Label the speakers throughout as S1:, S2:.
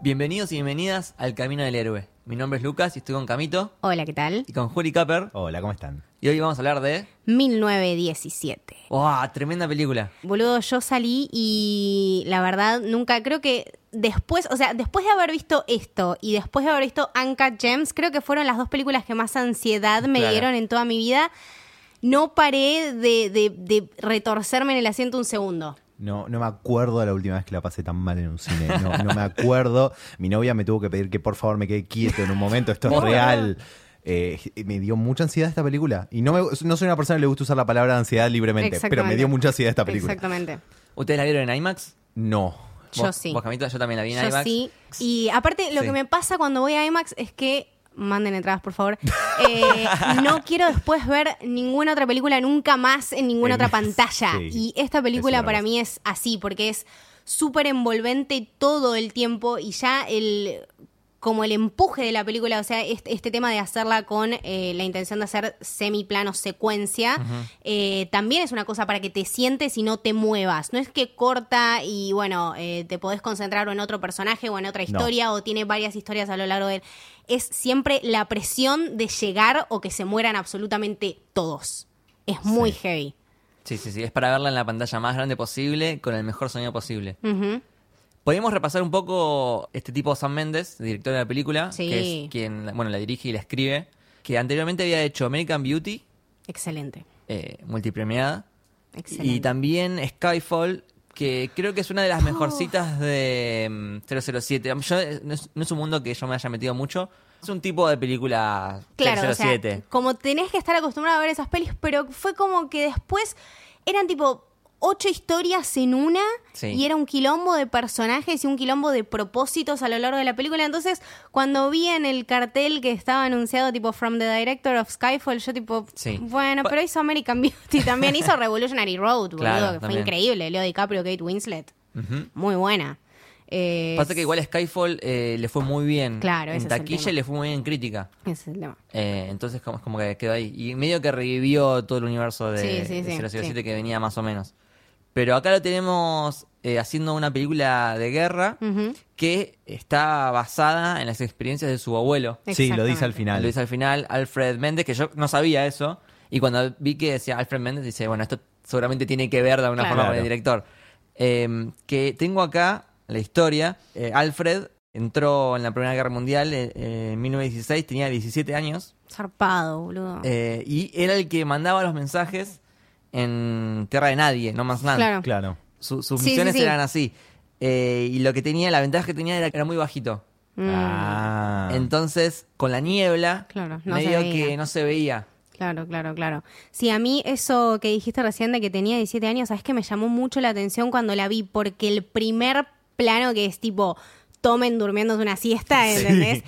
S1: Bienvenidos y bienvenidas al Camino del Héroe. Mi nombre es Lucas y estoy con Camito
S2: Hola, ¿qué tal?
S1: y con Juli Capper.
S3: Hola, ¿cómo están?
S1: Y hoy vamos a hablar de.
S2: 1917.
S1: ¡Wow! Tremenda película.
S2: Boludo, yo salí y la verdad nunca creo que después, o sea, después de haber visto esto y después de haber visto Anka Gems, creo que fueron las dos películas que más ansiedad me
S1: Claro.
S2: dieron en toda mi vida. No paré de, de- de retorcerme en el asiento un segundo.
S3: No, no me acuerdo de la última vez que la pasé tan mal en un cine. No, no me acuerdo. Mi novia me tuvo que pedir que por favor me quede quieto en un momento. Esto es real. Eh, me dio mucha ansiedad esta película. Y no, me- no soy una persona que le gusta usar la palabra ansiedad libremente, pero me
S2: Exactamente.
S3: dio mucha ansiedad esta película.
S2: Exactamente.
S1: ¿Ustedes la vieron en IMAX?
S3: No.
S2: Yo
S1: ¿Vos-
S2: sí.
S1: ¿Vos, Camito? Yo también la vi en
S2: Yo
S1: IMAX.
S2: sí. Y aparte, lo
S1: Sí.
S2: que me pasa cuando voy a IMAX es que. Manden entradas, por favor. Eh, no quiero después ver ninguna otra película nunca más en ninguna
S3: En-
S2: otra pantalla.
S3: sí.
S2: Y esta película
S3: Es una
S2: para
S3: cosa.
S2: mí es así, porque es súper envolvente todo el tiempo y ya el como el empuje de la película, o sea, este, este tema de hacerla con eh, la intención de hacer semiplano secuencia, eh, también es una cosa para que te sientes y no te muevas. No es que corta y bueno, eh, te podés concentrar o en otro personaje o en otra
S3: No.
S2: historia o tiene varias historias a lo largo del... Es siempre la presión de llegar o que se mueran absolutamente todos. Es muy heavy.
S1: Sí, sí, sí. Es para verla en la pantalla más grande posible, con el mejor sonido posible.
S2: Ujú.
S1: Podríamos repasar un poco este tipo Sam Méndez, director de la película,
S2: Sí.
S1: que es quien bueno, la dirige y la escribe, que anteriormente había hecho American Beauty,
S2: Excelente.
S1: eh, multipremiada,
S2: Excelente.
S1: y también Skyfall, que creo que es una de las
S2: Oh.
S1: mejorcitas de mm, 007. Yo- no, es, no es un mundo que yo me haya metido mucho. Es un tipo de película
S2: Claro, o sea,
S1: 007.
S2: como tenés que estar acostumbrado a ver esas pelis, pero fue como que después eran tipo ocho historias en una
S1: Sí.
S2: y era un quilombo de personajes y un quilombo de propósitos a lo largo de la película. Entonces, cuando vi en el cartel que estaba anunciado tipo From the Director of Skyfall, yo tipo,
S1: Sí.
S2: bueno,
S1: Pa-
S2: pero hizo American Beauty también, hizo Revolutionary Road, boludo,
S1: Claro,
S2: que
S1: también.
S2: fue increíble, Leo DiCaprio, Kate Winslet, muy buena. Eh,
S1: Pasa que igual Skyfall eh, le fue muy bien
S2: Claro, ese
S1: en
S2: es el
S1: taquilla
S2: tema.
S1: y le fue muy bien en crítica.
S2: ese es el tema.
S1: Eh, entonces como, es como que quedó ahí. Y medio que revivió todo el universo de,
S2: Sí, sí,
S1: de
S2: sí,
S1: 007
S2: sí.
S1: que venía más o menos. Pero acá lo tenemos eh, haciendo una película de guerra
S2: Ujú.
S1: que está basada en las experiencias de su abuelo.
S3: Sí, lo dice al
S2: Exactamente.
S3: final.
S1: Lo dice al final Alfred Méndez, que yo no sabía eso. Y cuando vi que decía Alfred Méndez, dice, bueno, esto seguramente tiene que ver de alguna
S2: Claro.
S1: forma con el
S3: Claro.
S1: director. Eh, que tengo acá la historia. Eh, Alfred entró en la Primera Guerra Mundial eh, eh, en 1916, tenía 17 años.
S2: Zarpado, boludo.
S1: Eh, y era el que mandaba los mensajes en Tierra de Nadie, No Man's Land.
S2: Claro.
S3: Claro.
S1: Su- sus
S2: Sí, sí,
S1: misiones
S2: sí.
S1: eran así. Eh, y lo que tenía, la ventaja que tenía era que era muy bajito.
S2: Mm.
S3: Ah.
S1: Entonces, con la niebla,
S2: Claro, no
S1: medio
S2: se veía.
S1: que no se veía.
S2: Claro, claro, claro. Sí, a mí eso que dijiste recién de que tenía 17 años, sabes que me llamó mucho la atención cuando la vi, porque el primer plano que es tipo, tomen durmiéndose una siesta, ¿entendés?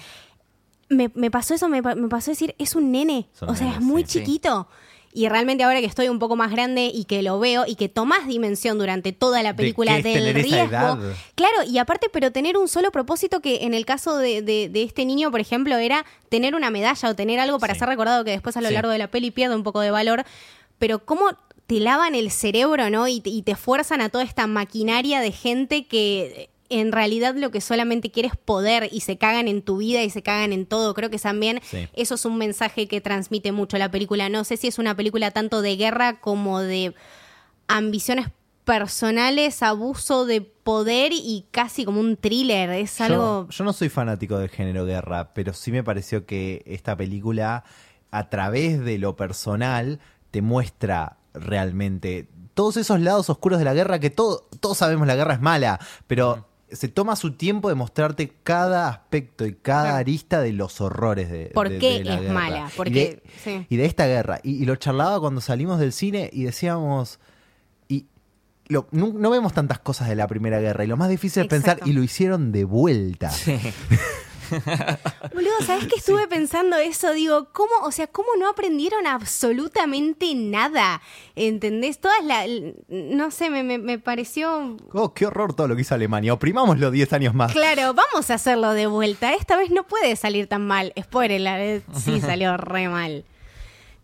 S2: Me, me pasó eso, me, pa- me pasó decir, es un nene,
S3: Son
S2: o sea,
S3: nenes,
S2: es muy
S1: sí.
S2: chiquito. Y realmente ahora que estoy un poco más grande y que lo veo y que tomás dimensión durante toda la
S3: De
S2: película
S3: qué es
S2: del
S3: tener esa
S2: riesgo.
S3: edad.
S2: Claro, y aparte, pero tener un solo propósito que en el caso de, de- de este niño, por ejemplo, era tener una medalla o tener algo para ser recordado que después a lo
S1: Sí.
S2: largo de la peli pierde un poco de valor. Pero cómo te lavan el cerebro, ¿no? Y, te- y te fuerzan a toda esta maquinaria de gente que en realidad lo que solamente quiere es poder y se cagan en tu vida y se cagan en todo. Creo que también
S3: Sí.
S2: eso es un mensaje que transmite mucho la película. No sé si es una película tanto de guerra como de ambiciones personales, abuso de poder y casi como un thriller. Es
S3: Yo-
S2: algo.
S3: Yo, no soy fanático del género guerra, pero sí me pareció que esta película, a través de lo personal, te muestra realmente todos esos lados oscuros de la guerra que todo- todos sabemos la guerra es mala, pero se toma su tiempo de mostrarte cada aspecto y cada arista de los horrores de,
S2: ¿Por
S3: de-
S2: qué
S3: de la
S2: es
S3: guerra.
S2: mala?
S3: Y
S2: Porque-
S3: de-
S2: sí.
S3: y de esta guerra. Y, y lo charlaba cuando salimos del cine y decíamos. Y lo- nu- no, vemos tantas cosas de la Primera Guerra. Y lo más difícil es
S2: Exacto.
S3: pensar, y lo hicieron de vuelta.
S2: Boludo, ¿sabes qué estuve pensando eso? Digo, ¿cómo, o sea, cómo no aprendieron absolutamente nada? ¿Entendés? Todas las. No sé, me, me- me pareció.
S3: Oh, qué horror todo lo que hizo Alemania. Oprimámoslo 10 años más.
S2: Claro, vamos a hacerlo de vuelta. Esta vez no puede salir tan mal. Spoiler, la vez sí salió re mal.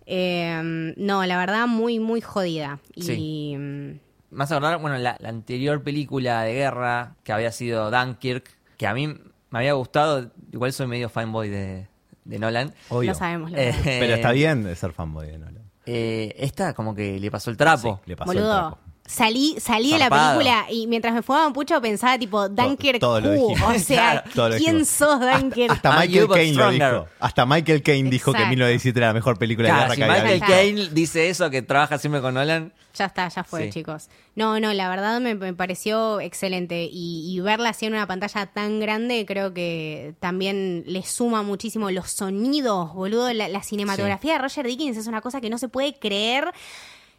S2: Eh, no, la verdad, muy, muy jodida. Y.
S1: Sí.
S2: mm,
S1: Más acordar, bueno, la, la anterior película de guerra que había sido Dunkirk, que a mí me me había gustado. Igual soy medio fanboy de, de Nolan.
S3: Obvio.
S2: Lo sabemos. lo
S1: Eh,
S2: sabemos.
S3: Pero está bien de ser fanboy de Nolan.
S1: eh, esta como que le pasó el trapo.
S3: Sí, le pasó el
S2: Boludo.
S3: trapo.
S2: Salí, salí de la
S1: Zarpado.
S2: película y mientras me fumaba un pucho pensaba tipo Dunker
S3: todo lo dijimos.
S2: o sea,
S3: Claro, todo lo
S2: ¿quién
S3: dijimos.
S2: sos Dunker?
S3: Hasta
S1: Ah,
S3: Michael
S1: You Got
S3: Caine lo
S1: Stronger.
S3: dijo. Hasta Michael Caine dijo que
S2: Exacto.
S3: 1917 era la mejor película
S1: Claro,
S3: de
S1: si
S3: guerra que había
S1: Michael
S3: visto.
S1: Caine dice eso, que trabaja siempre con Nolan,
S2: Ya está, ya fue,
S1: Sí.
S2: chicos. No, no, la verdad me, me pareció excelente. Y, y verla así en una pantalla tan grande, creo que también le suma muchísimo los sonidos, boludo. La, la cinematografía de Roger Dickens es una cosa que no se puede creer.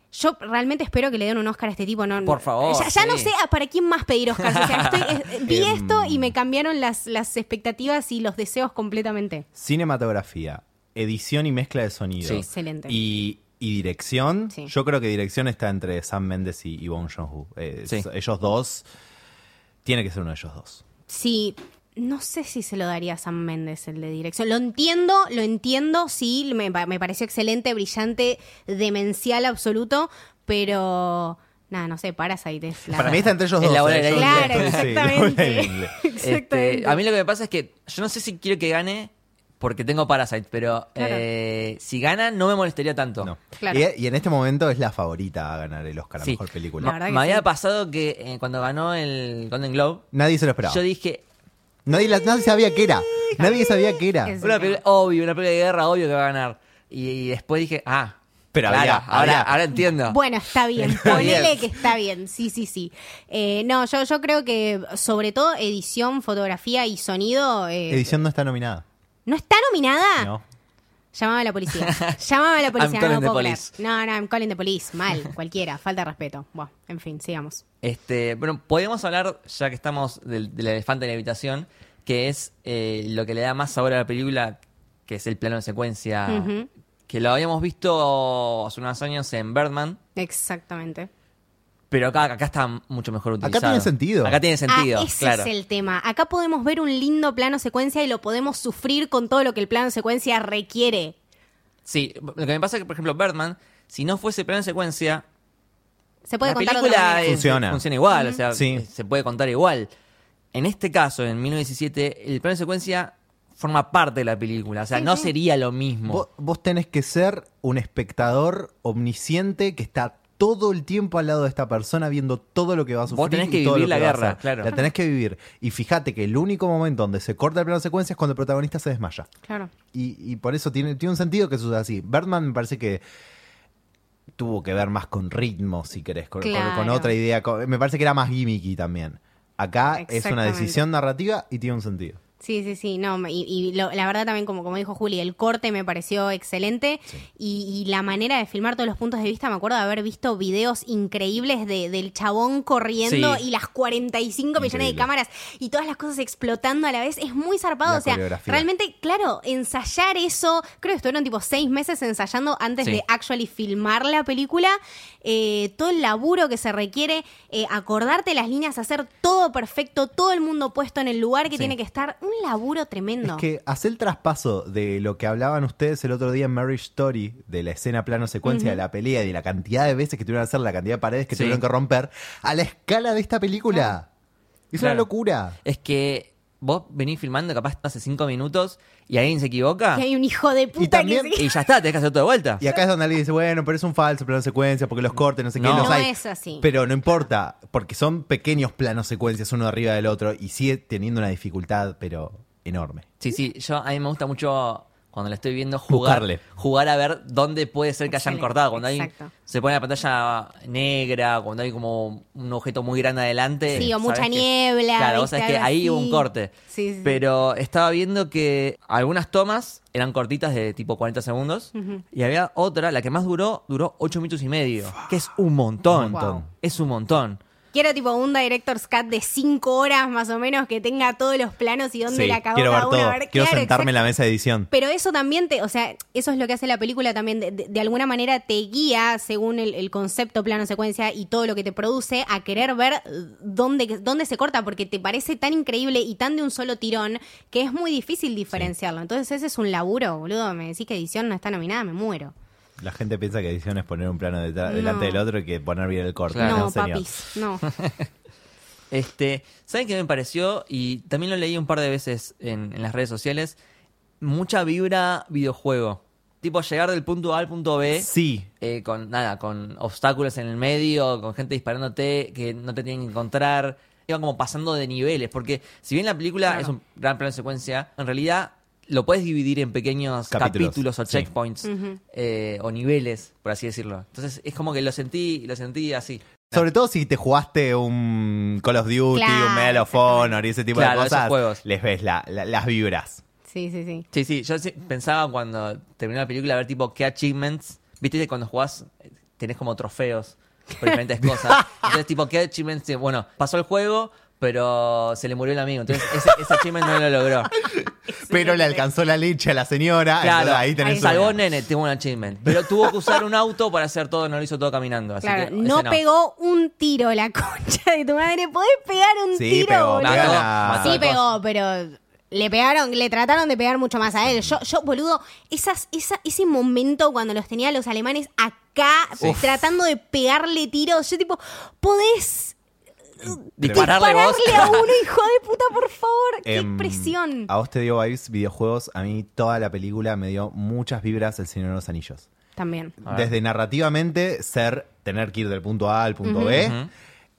S2: Yo realmente espero que le den un Oscar a este tipo. No,
S1: Por favor,
S2: Ya, ya
S1: sí. Em.
S2: no sé a- para quién más pedir Oscar. O sea, estoy- es- vi esto y me cambiaron las, las expectativas y los deseos completamente.
S3: Cinematografía, edición y mezcla de sonido.
S1: Sí.
S2: Excelente.
S3: Y, y dirección.
S2: Sí.
S3: Yo creo que dirección está entre Sam Mendes y y Bong Joon-ho. Eh,
S1: Sí.
S3: so- Ellos dos. Tiene que ser uno de ellos dos.
S2: Sí, no sé si se lo daría a Sam Méndez el de dirección. Lo entiendo, lo entiendo, sí, me, pa- me pareció excelente, brillante, demencial absoluto, pero nada, no sé, Parasite es la...
S3: Para mí está entre ellos
S1: Es
S3: dos.
S1: la
S3: ¿eh?
S1: bola de
S3: Yo-
S1: la
S2: Claro,
S3: yo- sí, la bola de la
S2: exactamente.
S3: ingle.
S2: Exactamente.
S1: Este, a mí lo que me pasa es que yo no sé si quiero que gane porque tengo Parasite, pero
S2: Claro.
S1: eh, si gana no me molestaría tanto.
S3: No.
S2: Claro.
S3: Y, y en este momento es la favorita a ganar el Oscar a
S1: Sí.
S3: mejor película.
S2: La verdad
S1: Me
S2: que
S1: había
S2: sí.
S1: pasado que eh, cuando ganó el Golden Globe,
S3: Nadie se lo esperaba.
S1: yo dije,
S3: Nadie, la- nadie sabía qué era. Nadie sabía qué era.
S2: Es-
S1: una
S2: Sí.
S1: película, obvio, una película de guerra, obvio que va a ganar. Y, y después dije, ah,
S3: Pero
S1: claro,
S3: había-
S1: ahora,
S3: había.
S1: ahora entiendo.
S2: Bueno, está bien,
S1: Está
S2: ponele
S1: bien.
S2: que está bien, sí, sí, sí. Eh, no, yo, yo creo que sobre todo edición, fotografía y sonido... eh,
S3: Edición no está nominada.
S2: ¿No está nominada?
S3: No.
S2: Llamaba a la policía. Llamaba a la policía.
S1: I'm calling
S2: no,
S1: the
S2: puedo creer.
S1: police.
S2: no, no, I'm calling the police. Mal, cualquiera. Falta de respeto. Bueno, en fin, sigamos.
S1: Este, bueno, podemos hablar, ya que estamos del, del elefante en la habitación, que es eh, lo que le da más sabor a la película, que es el plano de secuencia,
S2: Ujú.
S1: que lo habíamos visto hace unos años en Birdman,
S2: Exactamente.
S1: pero acá, acá está mucho mejor utilizado.
S3: tiene sentido.
S1: Acá tiene sentido,
S2: ah, ese
S1: claro.
S2: es el tema. Acá podemos ver un lindo plano secuencia y lo podemos sufrir con todo lo que el plano secuencia requiere.
S1: Sí, lo que me pasa es que, por ejemplo, Birdman, si no fuese plano de secuencia,
S2: Se puede
S1: la
S2: contar de otra
S1: película
S2: manera.
S1: es-
S3: Funciona.
S1: igual, o sea,
S3: Sí.
S1: se puede contar igual. En este caso, en 1917, el plano de secuencia forma parte de la película, o sea,
S2: Sí,
S1: no
S2: sí.
S1: sería lo mismo.
S3: Vos, vos tenés que ser un espectador omnisciente que está todo el tiempo al lado de esta persona viendo todo lo que va a sufrir.
S1: tenés que
S3: y todo
S1: vivir
S3: lo
S1: la
S3: va a
S1: guerra,
S3: hacer.
S1: claro.
S3: La tenés que vivir. Y fíjate que el único momento donde se corta el plano de secuencia es cuando el protagonista se desmaya.
S2: Claro.
S3: Y, y por eso tiene, tiene un sentido que suceda así. Birdman me parece que tuvo que ver más con ritmo, si querés, con, con- con
S2: Claro.
S3: otra idea. con- me parece que era más gimmicky también. Acá es una
S2: Exactamente.
S3: decisión narrativa y tiene un sentido.
S2: Sí, sí, sí, no, me- y, y lo- la verdad también, como, como dijo Juli, el corte me pareció excelente y, y la manera de filmar todos los puntos de vista, me acuerdo de haber visto videos increíbles de, del chabón corriendo
S1: Sí.
S2: y las 45 millones de
S3: Increíble.
S2: cámaras y todas las cosas explotando a la vez, es muy zarpado,
S3: La
S2: o sea,
S3: coreografía.
S2: realmente, claro, ensayar eso, creo que estuvieron tipo seis meses ensayando antes
S1: Sí.
S2: de actually filmar la película, eh, todo el laburo que se requiere, eh, acordarte las líneas, hacer todo perfecto, todo el mundo puesto en el lugar que
S1: Sí.
S2: tiene que estar un laburo tremendo.
S3: Es que hace el traspaso de lo que hablaban ustedes el otro día en Marriage Story, de la escena plano secuencia de la pelea y de la cantidad de veces que tuvieron que hacer, la cantidad de paredes que
S1: Sí.
S3: tuvieron que romper, a la escala de esta película. Es una
S1: Claro.
S3: locura.
S1: Es que vos venís filmando capaz hace cinco minutos y alguien se equivoca
S2: Que hay un hijo de puta
S3: también-
S2: que se-
S1: ah, y ya está, tenés que hacer todo de vuelta.
S3: Y acá es donde alguien dice, bueno, pero es un falso plano secuencia, porque los cortes, no sé
S1: No.
S3: qué, los
S2: No
S3: hay.
S2: es así.
S3: Pero no importa, porque son pequeños planos secuencias uno arriba del otro y sigue teniendo una dificultad, pero enorme.
S1: Sí, sí, yo a mí me gusta mucho cuando la estoy viendo jugar,
S3: Buscarle.
S1: jugar a ver dónde puede ser que hayan
S2: Excelente,
S1: cortado. Cuando hay,
S2: exacto.
S1: se pone la pantalla negra, cuando hay como un objeto muy grande adelante.
S2: Sí, o
S1: sabés
S2: mucha
S1: que-
S2: niebla,
S1: claro, vos
S2: ¿viste?
S1: sabés que
S2: Algo
S1: ahí hubo un
S2: así.
S1: corte.
S2: Sí, sí, sí.
S1: Pero estaba viendo que algunas tomas eran cortitas de tipo 40 segundos y había otra, la que más duró, duró 8 minutos y medio, que es un montón.
S3: Un montón. Wow.
S1: Es un montón.
S2: Quiero tipo un director's cut de cinco horas más o menos que tenga todos los planos y dónde
S3: Sí,
S2: la cagó
S3: quiero ver
S2: cada uno.
S3: todo.
S2: a ver-
S3: quiero
S2: claro,
S3: sentarme en
S2: exacto.
S3: la mesa de edición.
S2: Pero eso también te, o sea, eso es lo que hace la película también, de, de- de alguna manera te guía según el, el concepto plano secuencia y todo lo que te produce a querer ver dónde, dónde se corta, porque te parece tan increíble y tan de un solo tirón que es muy difícil diferenciarlo. Entonces ese es un laburo, boludo, me decís que edición no está nominada, me muero.
S3: La gente piensa que edición es poner un plano detrás-
S2: No.
S3: delante del otro y que poner bien el corte.
S1: Claro.
S2: no,
S3: señor.
S2: papis, no.
S1: Este, ¿Saben qué me pareció? Y también lo leí un par de veces en, en las redes sociales. Mucha vibra videojuego. Tipo llegar del punto A al punto B.
S3: Sí,
S1: eh, con nada, con obstáculos en el medio, con gente disparándote que no te tienen que encontrar. Iban como pasando de niveles, porque si bien la película
S2: Claro.
S1: es un gran plano de secuencia, en realidad lo puedes dividir en pequeños capítulos,
S3: Capítulos,
S1: o
S3: sí.
S1: checkpoints eh, o niveles, por así decirlo. Entonces es como que lo sentí, lo sentí así.
S3: Sobre todo si te jugaste un Call of Duty,
S2: Claro,
S3: un Medal of Honor y ese tipo
S1: Claro,
S3: de
S1: esos
S3: cosas,
S1: juegos.
S3: les ves la- la- las vibras.
S2: Sí, sí, sí.
S1: Sí, sí, yo sí- pensaba cuando terminó la película ver tipo qué achievements, viste que cuando jugás eh, tenés como trofeos por diferentes cosas. Entonces tipo qué achievements, Sí, bueno, pasó el juego, pero se le murió el amigo, entonces ese, ese achievement no lo logró.
S3: Pero le alcanzó la leche a la señora,
S1: Claro,
S3: entonces ahí tenés
S2: está.
S3: un-
S1: salvó nene, tuvo un achievement, pero tuvo que usar un auto para hacer todo, no lo hizo todo caminando, así
S2: Claro,
S1: que ese
S2: no, pegó un tiro la concha de tu madre. ¿Podés pegar un
S3: Sí,
S2: tiro?
S3: pegó,
S2: boludo?
S1: Mató,
S3: Pegó
S1: mató
S2: Sí
S1: de cosas.
S2: pegó, pero le pegaron, le trataron de pegar mucho más a él. Yo, yo boludo, esas, esa, ese momento cuando los tenía los alemanes acá
S1: Sí.
S2: uf, tratando de pegarle tiros, yo tipo, podés
S1: Dispararle vos.
S2: dispararle a uno, hijo de puta, por favor. Qué
S3: Em,
S2: presión.
S3: A vos te dio vibes videojuegos, a mí toda la película me dio muchas vibras El Señor de los Anillos.
S2: También.
S1: A ver.
S3: Desde narrativamente ser, tener que ir del punto A al punto B,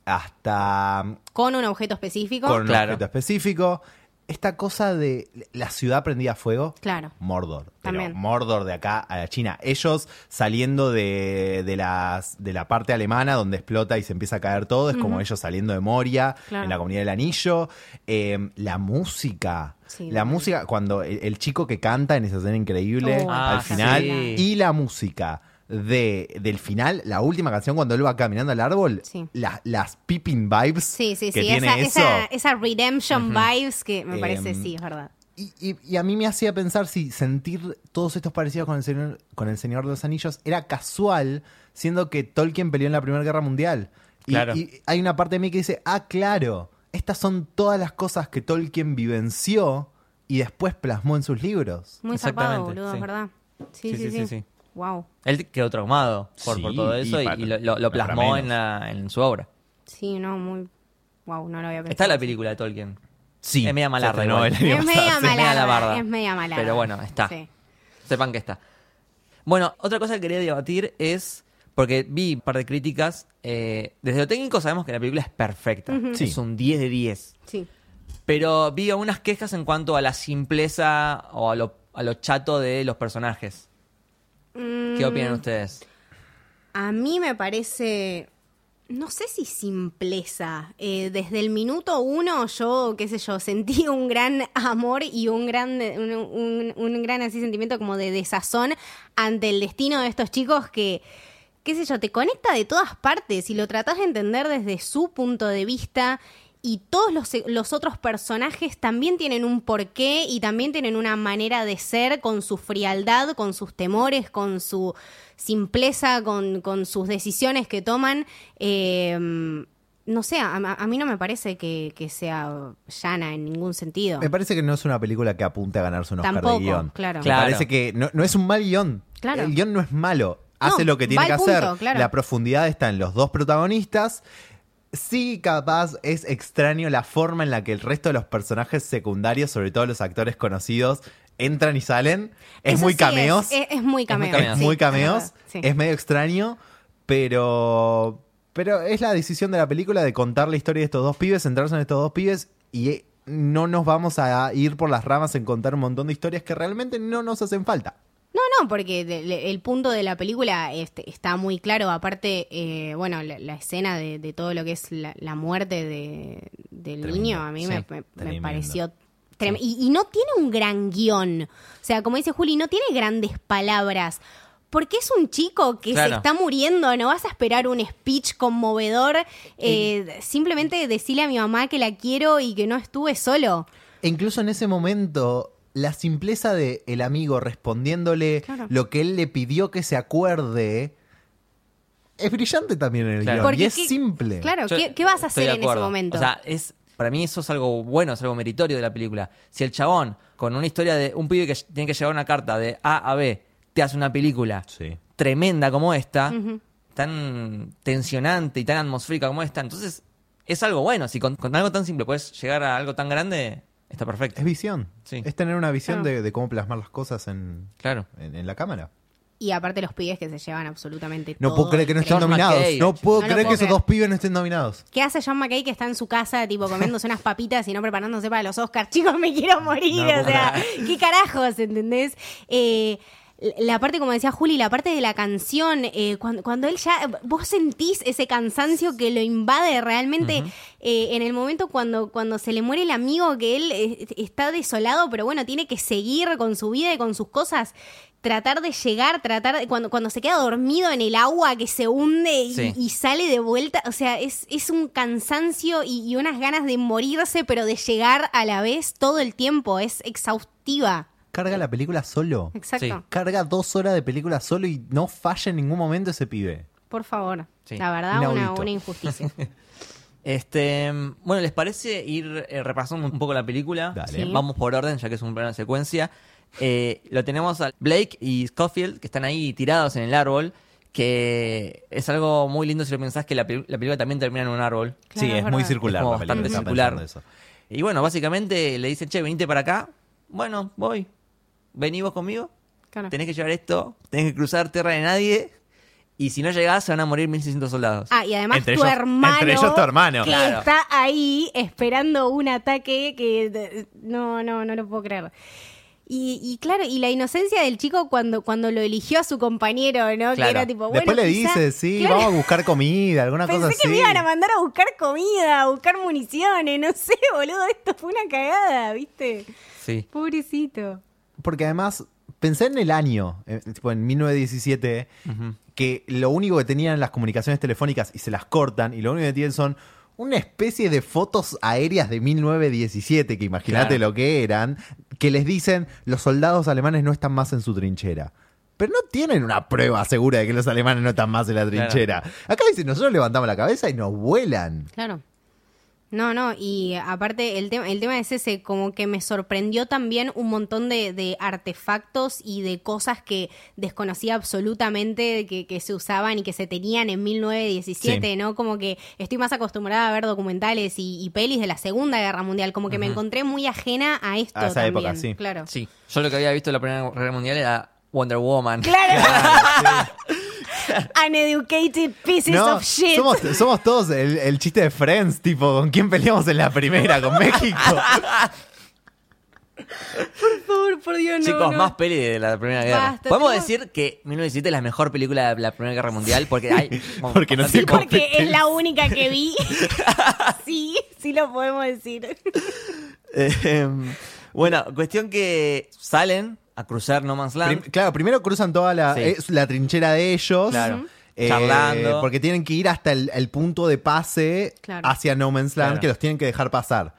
S3: hasta mm,
S2: Con un objeto específico.
S3: con un
S1: Claro.
S3: objeto específico. Esta cosa de la ciudad prendida a fuego.
S2: Claro.
S3: Mordor. pero
S2: También.
S3: Mordor de acá a la China. Ellos saliendo de, de las, de la parte alemana donde explota y se empieza a caer todo. Es como ellos saliendo de Moria,
S2: Claro.
S3: en la comunidad del anillo. Eh, la música.
S2: Sí,
S3: la
S2: total.
S3: música, cuando el, el chico que canta en esa escena increíble
S2: Oh,
S1: Ah,
S3: al final.
S1: sí.
S3: Y la música. De, del final, la última canción cuando él va caminando al árbol,
S2: Sí.
S3: la- las peeping vibes
S2: Sí, sí,
S3: que
S2: sí.
S3: tiene
S2: Esa,
S3: eso.
S2: esa, esa redemption vibes que me
S3: Em,
S2: parece, sí, es verdad.
S3: Y, y- y a mí me hacía pensar si sentir todos estos parecidos con el Señor, con el Señor de los Anillos era casual, siendo que Tolkien peleó en la Primera Guerra Mundial. Y,
S1: Claro.
S3: y hay una parte de mí que dice, ah, claro, estas son todas las cosas que Tolkien vivenció y después plasmó en sus libros.
S2: Muy zarpado,
S1: Exactamente,
S2: boludo,
S1: sí.
S2: es verdad. Sí, sí, sí.
S1: sí.
S2: Wow.
S1: Él quedó traumado por, por
S3: Sí,
S1: todo eso
S3: y
S1: y,
S3: para-
S1: y lo, lo- lo
S3: para
S1: plasmó
S3: menos.
S1: en, la- en su obra.
S2: Sí, no, muy. Wow, no lo había pensado.
S1: Está la película de Tolkien.
S3: Sí.
S1: Es media malarda
S3: Se estrenó
S1: igual.
S3: el año
S2: Es media
S3: pasado, sí.
S1: media
S2: malarda.
S1: alabarda.
S2: Es media malarda.
S1: Pero bueno, está.
S2: Sí.
S1: Sepan que está. Bueno, otra cosa que quería debatir es, porque vi un par de críticas, eh, desde lo técnico sabemos que la película es perfecta,
S3: Sí.
S1: es un 10 de 10,
S2: Sí.
S1: pero vi algunas quejas en cuanto a la simpleza o a lo, a lo chato de los personajes. ¿Qué
S2: Mm.
S1: opinan ustedes?
S2: A mí me parece, no sé si simpleza. Eh, desde el minuto uno yo, qué sé yo, sentí un gran amor y un gran, un, un- un gran así sentimiento como de desazón ante el destino de estos chicos que, qué sé yo, te conecta de todas partes y lo tratás de entender desde su punto de vista. Y todos los, los otros personajes también tienen un porqué y también tienen una manera de ser con su frialdad, con sus temores, con su simpleza, con, con sus decisiones que toman. Eh, no sé, a, a mí no me parece que, que sea llana en ningún sentido.
S3: Me parece que no es una película que apunte a ganarse un Oscar
S2: Tampoco,
S3: de guión.
S2: claro.
S3: Me
S1: Claro.
S3: parece que no, no es un mal guión.
S2: Claro.
S3: El guión no es malo. Hace
S2: No,
S3: lo que
S2: va
S3: tiene que
S2: al punto,
S3: hacer.
S2: claro.
S3: La profundidad está en los dos protagonistas. Sí, capaz es extraño la forma en la que el resto de los personajes secundarios, sobre todo los actores conocidos, entran y salen. Es
S2: Eso
S3: muy
S2: sí
S3: cameos.
S2: Es, eh, es- es muy cameos.
S1: cameos.
S3: Es
S2: sí,
S3: muy
S2: es verdad,
S3: cameos.
S2: sí.
S3: Es medio extraño, pero. Pero es la decisión de la película de contar la historia de estos dos pibes, centrarse en estos dos pibes y eh, no nos vamos a ir por las ramas en contar un montón de historias que realmente no nos hacen falta.
S2: No, no, porque de- le- el punto de la película este, está muy claro. Aparte, eh, bueno, la, la escena de, de todo lo que es la, la muerte de, del
S3: Tremendo,
S2: niño, a mí me-
S1: sí,
S2: me, me
S3: tremendo.
S2: pareció trem- Y, y no tiene un gran guión. O sea, como dice Juli, no tiene grandes palabras. Porque es un chico que se
S1: Claro.
S2: está muriendo, no vas a esperar un speech conmovedor. eh, Simplemente decirle a mi mamá que la quiero y que no estuve solo.
S3: E incluso en ese momento, la simpleza de el amigo respondiéndole
S2: Claro.
S3: lo que él le pidió que se acuerde es brillante también en el
S1: Claro.
S3: guión. Y
S2: Porque
S3: es
S2: qué-
S3: simple.
S2: Claro,
S1: Yo
S2: ¿qué, qué vas a
S1: estoy
S2: hacer
S1: de
S2: en ese
S1: acuerdo.
S2: momento?
S1: O sea, es, para mí eso es algo bueno, es algo meritorio de la película. Si el chabón, con una historia de un pibe que ll- tiene que llevar una carta de A a B, te hace una película
S3: Sí.
S1: tremenda como esta, tan tensionante y tan atmosférica como esta, entonces es algo bueno. Si con, con algo tan simple puedes llegar a algo tan grande, está perfecto.
S3: Es visión.
S1: Sí.
S3: Es tener una visión
S2: Claro.
S3: de, de cómo plasmar las cosas en,
S1: Claro.
S3: en- en la cámara.
S2: Y aparte los pibes que se llevan absolutamente
S3: No
S2: todo.
S3: puedo creer que no estén
S1: George
S3: nominados.
S1: McKay,
S3: no
S1: chico.
S2: No
S3: puedo
S2: lo
S3: creer
S2: puedo
S3: que esos
S2: creer.
S3: dos pibes no estén nominados.
S2: ¿Qué hace John McKay que está en su casa, tipo, comiéndose unas papitas y no preparándose para los Oscars? Chicos, me quiero morir.
S3: No lo
S2: o
S3: puedo
S2: sea, ¿qué carajos, entendés? Eh, la parte, como decía Juli, la parte de la canción, eh, cuando, cuando él ya. Vos sentís ese cansancio que lo invade realmente eh, en el momento cuando, cuando se le muere el amigo, que él eh, está desolado, pero bueno, tiene que seguir con su vida y con sus cosas. Tratar de llegar, tratar de. Cuando, cuando se queda dormido en el agua que se hunde y-
S1: Sí.
S2: y y sale de vuelta, o sea, es, es un cansancio y, y unas ganas de morirse, pero de llegar a la vez todo el tiempo, es exhaustiva.
S3: Carga la película solo.
S2: Exacto.
S1: Sí.
S3: Carga dos horas de película solo y no falla en ningún momento ese pibe.
S2: Por favor.
S1: Sí.
S2: La verdad, una,
S3: Inaudito.
S2: una injusticia.
S1: Este, bueno, ¿les parece ir eh, repasando un poco la película?
S3: Dale.
S2: Sí.
S1: Vamos por orden, ya que es un plano de secuencia. Eh, lo tenemos a Blake y Scofield, que están ahí tirados en el árbol, que es algo muy lindo si lo pensás que la, peli- la película también termina en un árbol.
S2: Claro,
S3: sí,
S2: es
S3: es, muy
S2: verdad.
S3: circular.
S1: Es como
S3: la película,
S1: bastante
S3: estaba
S1: circular.
S3: pensando eso.
S1: Y bueno, básicamente le dicen, che, venite para acá. Bueno, voy. Vení vos conmigo.
S2: Claro.
S1: Tenés que llevar esto. Tenés que cruzar tierra de nadie. Y si no llegás, se van a morir 1600 soldados.
S2: Ah, y además
S3: Entre
S2: tu
S3: ellos-
S2: hermano.
S3: entre ellos tu hermano.
S2: Que
S1: Claro.
S2: está ahí esperando un ataque que. de- No, no, no lo puedo creer. Y, y claro, y la inocencia del chico cuando, cuando lo eligió a su compañero, ¿no? Que
S1: Claro.
S2: era tipo, Pues bueno.
S3: Después le
S2: quizá-
S3: dice, sí,
S2: Claro.
S3: vamos a buscar comida, alguna
S2: Pensé
S3: cosa
S2: que
S3: así.
S2: me iban a mandar a buscar comida, a buscar municiones, no sé, boludo, esto fue una cagada, ¿viste?
S1: Sí.
S2: Pobrecito.
S3: Porque además, pensé en el año, eh, tipo en 1917, que lo único que tenían las comunicaciones telefónicas y se las cortan, y lo único que tienen son una especie de fotos aéreas de 1917, que imagínate
S1: Claro.
S3: lo que eran, que les dicen los soldados alemanes no están más en su trinchera. Pero no tienen una prueba segura de que los alemanes no están más en la trinchera. Acá dicen, nosotros levantamos la cabeza y nos vuelan.
S2: Claro. No, no, y aparte el tema, el tema es ese, como que me sorprendió también un montón de, de artefactos y de cosas que desconocía absolutamente que, que se usaban y que se tenían en 1917,
S3: Sí.
S2: ¿no? Como que estoy más acostumbrada a ver documentales y, y pelis de la Segunda Guerra Mundial, como que me encontré muy ajena a esto.
S3: A esa
S2: también,
S3: época, sí.
S2: Claro.
S1: Sí. Yo lo que había visto en la Primera Guerra Mundial era Wonder Woman.
S2: Claro. Uneducated pieces
S3: No,
S2: of shit.
S3: somos, somos todos el, el chiste de Friends, tipo, ¿con quién peleamos en la primera? ¿Con México?
S2: Por favor, por Dios, no.
S1: Chicos,
S2: no.
S1: más peli de la Primera Guerra.
S2: Basta,
S1: Podemos
S2: tenemos-
S1: decir que 1917 es la mejor película de la Primera Guerra Mundial porque hay.
S3: Porque no
S1: bastante-
S3: se
S1: como-
S2: Porque es la única que vi. sí, sí lo podemos decir.
S1: Em, bueno, cuestión que salen a cruzar No Man's Land.
S3: Prim- claro, primero cruzan toda la,
S1: Sí.
S3: eh, la trinchera de ellos.
S1: Claro.
S3: eh,
S1: Charlando.
S3: Porque tienen que ir hasta el, el punto de pase
S2: Claro.
S3: hacia No Man's Land,
S1: Claro.
S3: que los tienen que dejar pasar.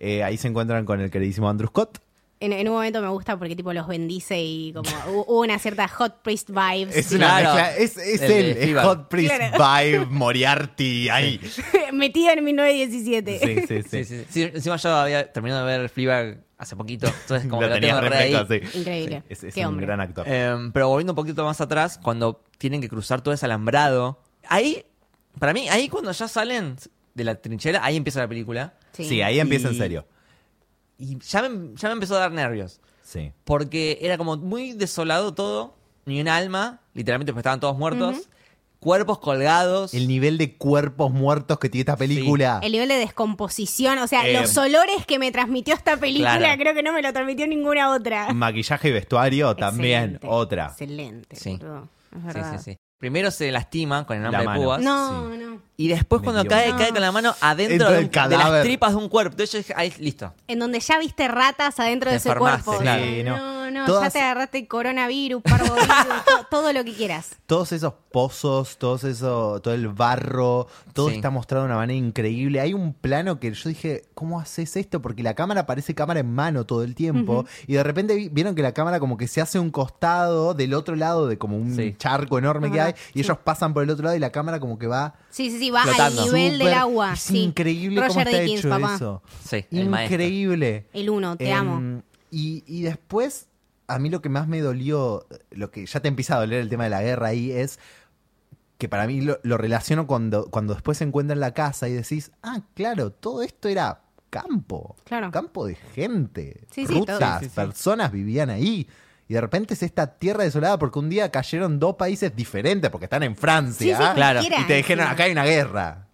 S3: Eh, ahí se encuentran con el queridísimo Andrew Scott.
S2: En, en un momento me gusta porque tipo los bendice y como hu- hubo una cierta hot priest vibes.
S3: Es
S2: Sí.
S3: una
S1: Claro.
S3: mezcla- Es, es
S1: El
S3: él,
S1: de
S3: es
S1: Fever.
S3: Hot Priest Vibe, Moriarty, ahí.
S2: Metida en 1917.
S3: Sí,
S1: Sí,
S3: sí, sí.
S1: sí, sí. Sí, Encima yo había terminado de ver Fleabag hace poquito, entonces como
S3: Lo
S1: que lo
S3: tenía
S1: tengo re ahí.
S3: refresco, sí.
S2: Increíble.
S3: Sí, Es, es
S2: Qué
S3: un
S2: hombre.
S3: gran actor.
S1: Em, pero volviendo un poquito más atrás, cuando tienen que cruzar todo ese alambrado, ahí, para mí, ahí cuando ya salen de la trinchera, ahí empieza la película.
S3: sí. ahí empieza en
S1: Y-
S3: serio.
S1: Y ya me, ya me empezó a dar nervios.
S3: Sí.
S1: porque era como muy desolado todo, ni un alma, literalmente pues estaban todos muertos, cuerpos colgados.
S3: El nivel de cuerpos muertos que tiene esta película.
S2: El nivel de descomposición, o sea,
S3: Eh.
S2: los olores que me transmitió esta película,
S1: Claro.
S2: creo que no me lo transmitió ninguna otra.
S3: Maquillaje y vestuario también,
S2: Excelente,
S3: otra.
S2: Excelente.
S1: Sí.
S2: boludo. Es
S1: Sí,
S2: verdad.
S1: sí, sí. Primero se lastima con el hambre de
S3: mano.
S1: púas.
S2: No,
S3: Sí.
S2: no.
S1: Y después
S3: Me
S1: cuando
S3: dio.
S1: cae,
S2: No.
S1: cae con la mano adentro
S3: Dentro
S1: de,
S3: del
S1: un- de las
S3: cadáver.
S1: tripas de un cuerpo. Entonces yo dije, ahí, listo.
S2: En donde ya viste ratas adentro de ese
S1: Enfermaste,
S2: cuerpo.
S1: claro.
S2: O sea,
S3: Sí, no.
S2: no, no, ya
S3: Todas-
S2: te agarraste coronavirus, parvovirus, to- todo lo que quieras.
S3: Todos esos pozos, todos eso, todo el barro, todo
S1: Sí.
S3: está mostrado de una manera increíble. Hay un plano que yo dije, ¿cómo haces esto? Porque la cámara parece cámara en mano todo el tiempo. Y de repente vi- vieron que la cámara como que se hace un costado del otro lado de como un
S1: Sí.
S3: charco enorme que
S2: Ajá,
S3: hay. Y ellos pasan por el otro lado y la cámara como que va
S2: Sí, sí, sí, va
S1: Flotando.
S2: al nivel
S3: súper-
S2: del agua.
S3: Es
S2: sí.
S3: increíble
S2: Roger
S3: cómo está
S2: Dickens,
S3: hecho
S2: papá.
S3: eso.
S1: Sí, el maestro.
S3: Increíble.
S2: El uno, te amo.
S3: Em, Y, y después, a mí lo que más me dolió, lo que ya te empieza a doler el tema de la guerra ahí, es que para mí lo, lo relaciono cuando, cuando después se encuentra en la casa y decís, ah, claro, todo esto era campo,
S2: Claro.
S3: campo de gente,
S2: Sí, sí,
S3: rutas,
S1: todo. Sí, sí, sí.
S3: personas vivían ahí. Y de repente es esta tierra desolada porque un día cayeron dos países diferentes porque están en Francia.
S2: Sí, sí, Claro. cualquiera,
S3: Y te dijeron,
S2: encima.
S3: acá hay una guerra.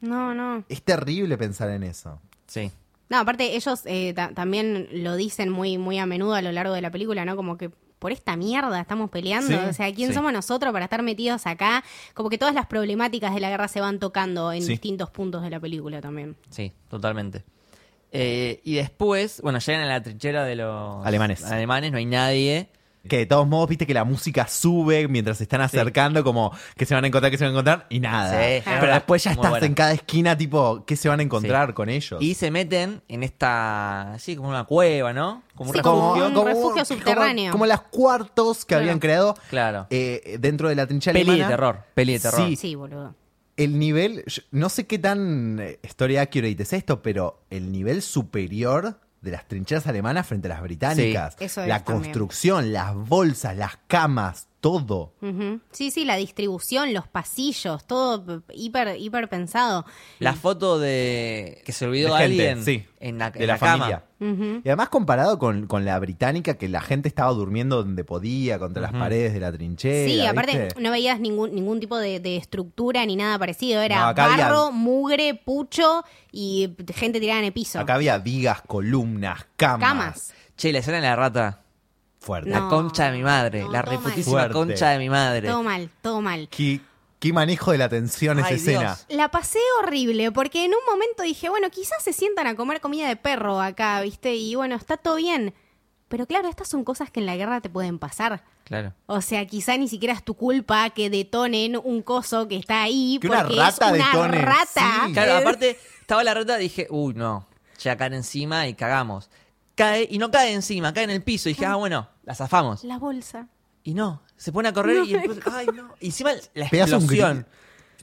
S2: No, no.
S3: Es terrible pensar en eso.
S1: Sí.
S2: No, aparte ellos eh, ta- también lo dicen muy, muy a menudo a lo largo de la película, ¿no? Como que por esta mierda estamos peleando.
S3: Sí,
S2: o sea, ¿quién
S1: sí.
S2: somos nosotros para estar metidos acá? Como que todas las problemáticas de la guerra se van tocando en
S3: Sí.
S2: distintos puntos de la película también.
S1: Sí, totalmente. Eh, y después, bueno, llegan a la trinchera de los
S3: Alemanes.
S1: alemanes, no hay nadie.
S3: Que de todos modos, viste que la música sube mientras se están acercando, como que se van a encontrar, que se van a encontrar, y nada.
S1: Sí, es
S3: Pero
S1: verdad.
S3: después ya
S1: Muy
S3: estás
S1: buena.
S3: en cada esquina, tipo, ¿qué se van a encontrar con ellos?
S1: Y se meten en esta, sí, como una cueva, ¿no? Como un
S2: Sí,
S1: refugio.
S2: como- un refugio subterráneo.
S3: Como, las cuartos que habían creado
S1: Claro.
S3: eh, dentro de la trinchera
S1: Peli de
S3: alemana.
S1: terror, peli de terror.
S3: Sí.
S2: Sí, boludo.
S3: El nivel, yo no sé qué tan eh, story accurate es esto, pero el nivel superior de las trincheras alemanas frente a las británicas.
S2: Sí, eso es
S3: la
S2: también.
S3: construcción, las bolsas, las camas, todo.
S2: Ujú. Sí, sí, la distribución, los pasillos, todo p- hiper, hiper pensado.
S1: La foto de que se olvidó
S3: De gente,
S1: alguien
S3: sí,
S1: en la,
S3: de
S1: en
S3: la,
S1: la cama.
S3: familia.
S2: Ujú.
S3: Y además comparado con, con la británica, que la gente estaba durmiendo donde podía, contra las paredes de la trinchera.
S2: Sí, aparte
S3: ¿viste?
S2: no veías ningún, ningún tipo de, de estructura ni nada parecido. Era
S3: No, acá había-
S2: barro, mugre, pucho y p- gente tirada en el piso.
S3: Acá había vigas, columnas, camas.
S2: Camas.
S1: Che, la escena de la rata.
S3: Fuerte.
S1: La
S2: No,
S1: concha de mi madre.
S2: no,
S1: la
S2: todo mal.
S1: reputísima
S3: Fuerte.
S1: concha de mi madre.
S2: Todo mal, todo mal.
S3: ¿Qué, qué manejo de la tensión esa
S1: Ay,
S3: escena.
S1: Dios.
S2: La pasé horrible porque en un momento dije, bueno, quizás se sientan a comer comida de perro acá, ¿viste? Y bueno, está todo bien. Pero claro, estas son cosas que en la guerra te pueden pasar.
S1: Claro.
S2: O sea, quizá ni siquiera es tu culpa que detonen un coso que está ahí
S3: Que una
S2: porque
S3: rata
S2: es una
S3: detone,
S2: rata.
S3: sí.
S1: Claro, aparte, estaba la rata, dije, uy, no, ya caen encima y cagamos. Cae, y no cae encima, cae en el piso. Y dije, ah, bueno, la zafamos.
S2: La bolsa.
S1: Y no, se pone a correr
S2: No
S1: y después, ay, no. Y encima la
S3: Pegas un
S1: explosión.
S3: grito.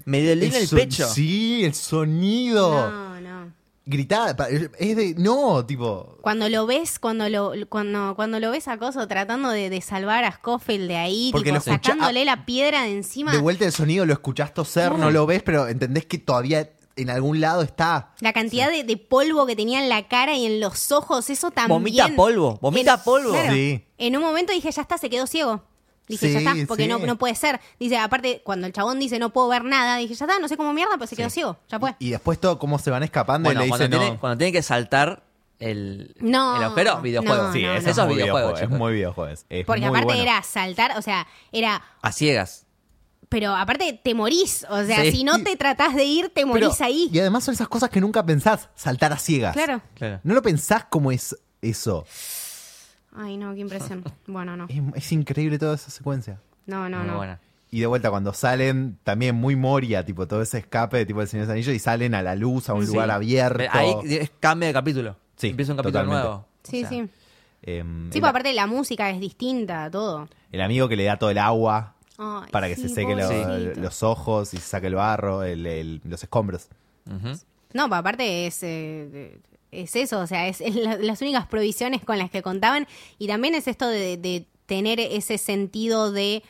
S1: Me dolió en el
S3: so-
S1: pecho.
S3: Sí, el sonido.
S2: No, no.
S3: Gritar. pa- Es de. No, tipo.
S2: Cuando lo ves, cuando lo, cuando, cuando lo ves a Coso tratando de, de salvar a Scofield de ahí,
S3: Porque
S2: tipo,
S3: lo escucha- ah,
S2: sacándole la piedra de encima.
S3: De vuelta el sonido lo escuchás toser, no lo ves, pero entendés que todavía en algún lado está.
S2: La cantidad de, de polvo que tenía en la cara y en los ojos, eso también.
S1: Vomita polvo, vomita
S2: En-
S1: polvo.
S2: claro.
S3: Sí.
S2: En un momento dije, ya está, se quedó ciego. Dije,
S3: Sí,
S2: ya está, porque
S3: sí.
S2: no, no puede ser. Dice, aparte, cuando el chabón dice, no puedo ver nada, dije, ya está, no sé cómo mierda, pero se quedó ciego, ya fue.
S3: Y, y después todo cómo se van escapando
S1: Bueno,
S3: y le
S1: cuando,
S3: dicen no.
S1: tiene, cuando tiene que saltar el,
S2: No,
S1: el agujero,
S2: no,
S1: videojuego.
S2: no, Sí, no.
S1: eso es videojuego,
S3: es
S1: chicos.
S3: muy videojuego. es- es
S2: Porque
S3: muy
S2: aparte
S3: bueno.
S2: era saltar, o sea, era.
S1: A ciegas.
S2: Pero aparte te morís, o sea,
S1: Sí.
S2: si no te tratás de ir, te
S3: Pero-
S2: morís ahí.
S3: Y además son esas cosas que nunca pensás, saltar a ciegas.
S2: Claro.
S1: Claro.
S3: No lo pensás como es eso.
S2: Ay, no, qué impresión. Bueno, no.
S3: Es, es increíble toda esa secuencia.
S2: No, no,
S1: muy
S2: no.
S1: buena.
S3: Y de vuelta, cuando salen, también muy Moria, tipo todo ese escape, tipo el Señor de los Anillos, y salen a la luz, a un
S1: Sí.
S3: lugar abierto.
S1: Ahí es- cambia de capítulo.
S3: Sí,
S1: Empieza un capítulo
S3: totalmente.
S1: nuevo.
S2: Sí,
S1: O sea,
S2: sí. Sí,
S3: Em,
S2: pero
S3: el,
S2: aparte la música es distinta, todo.
S3: el amigo que le da todo el agua
S2: Ay,
S3: para que
S2: sí,
S3: se seque lo-
S2: pobrecito.
S3: los ojos y se saque el barro, el- el- los escombros.
S1: ujú.
S2: No, pero aparte es, eh, es eso, o sea, es, es la- las únicas provisiones con las que contaban y también es esto de, de tener ese sentido de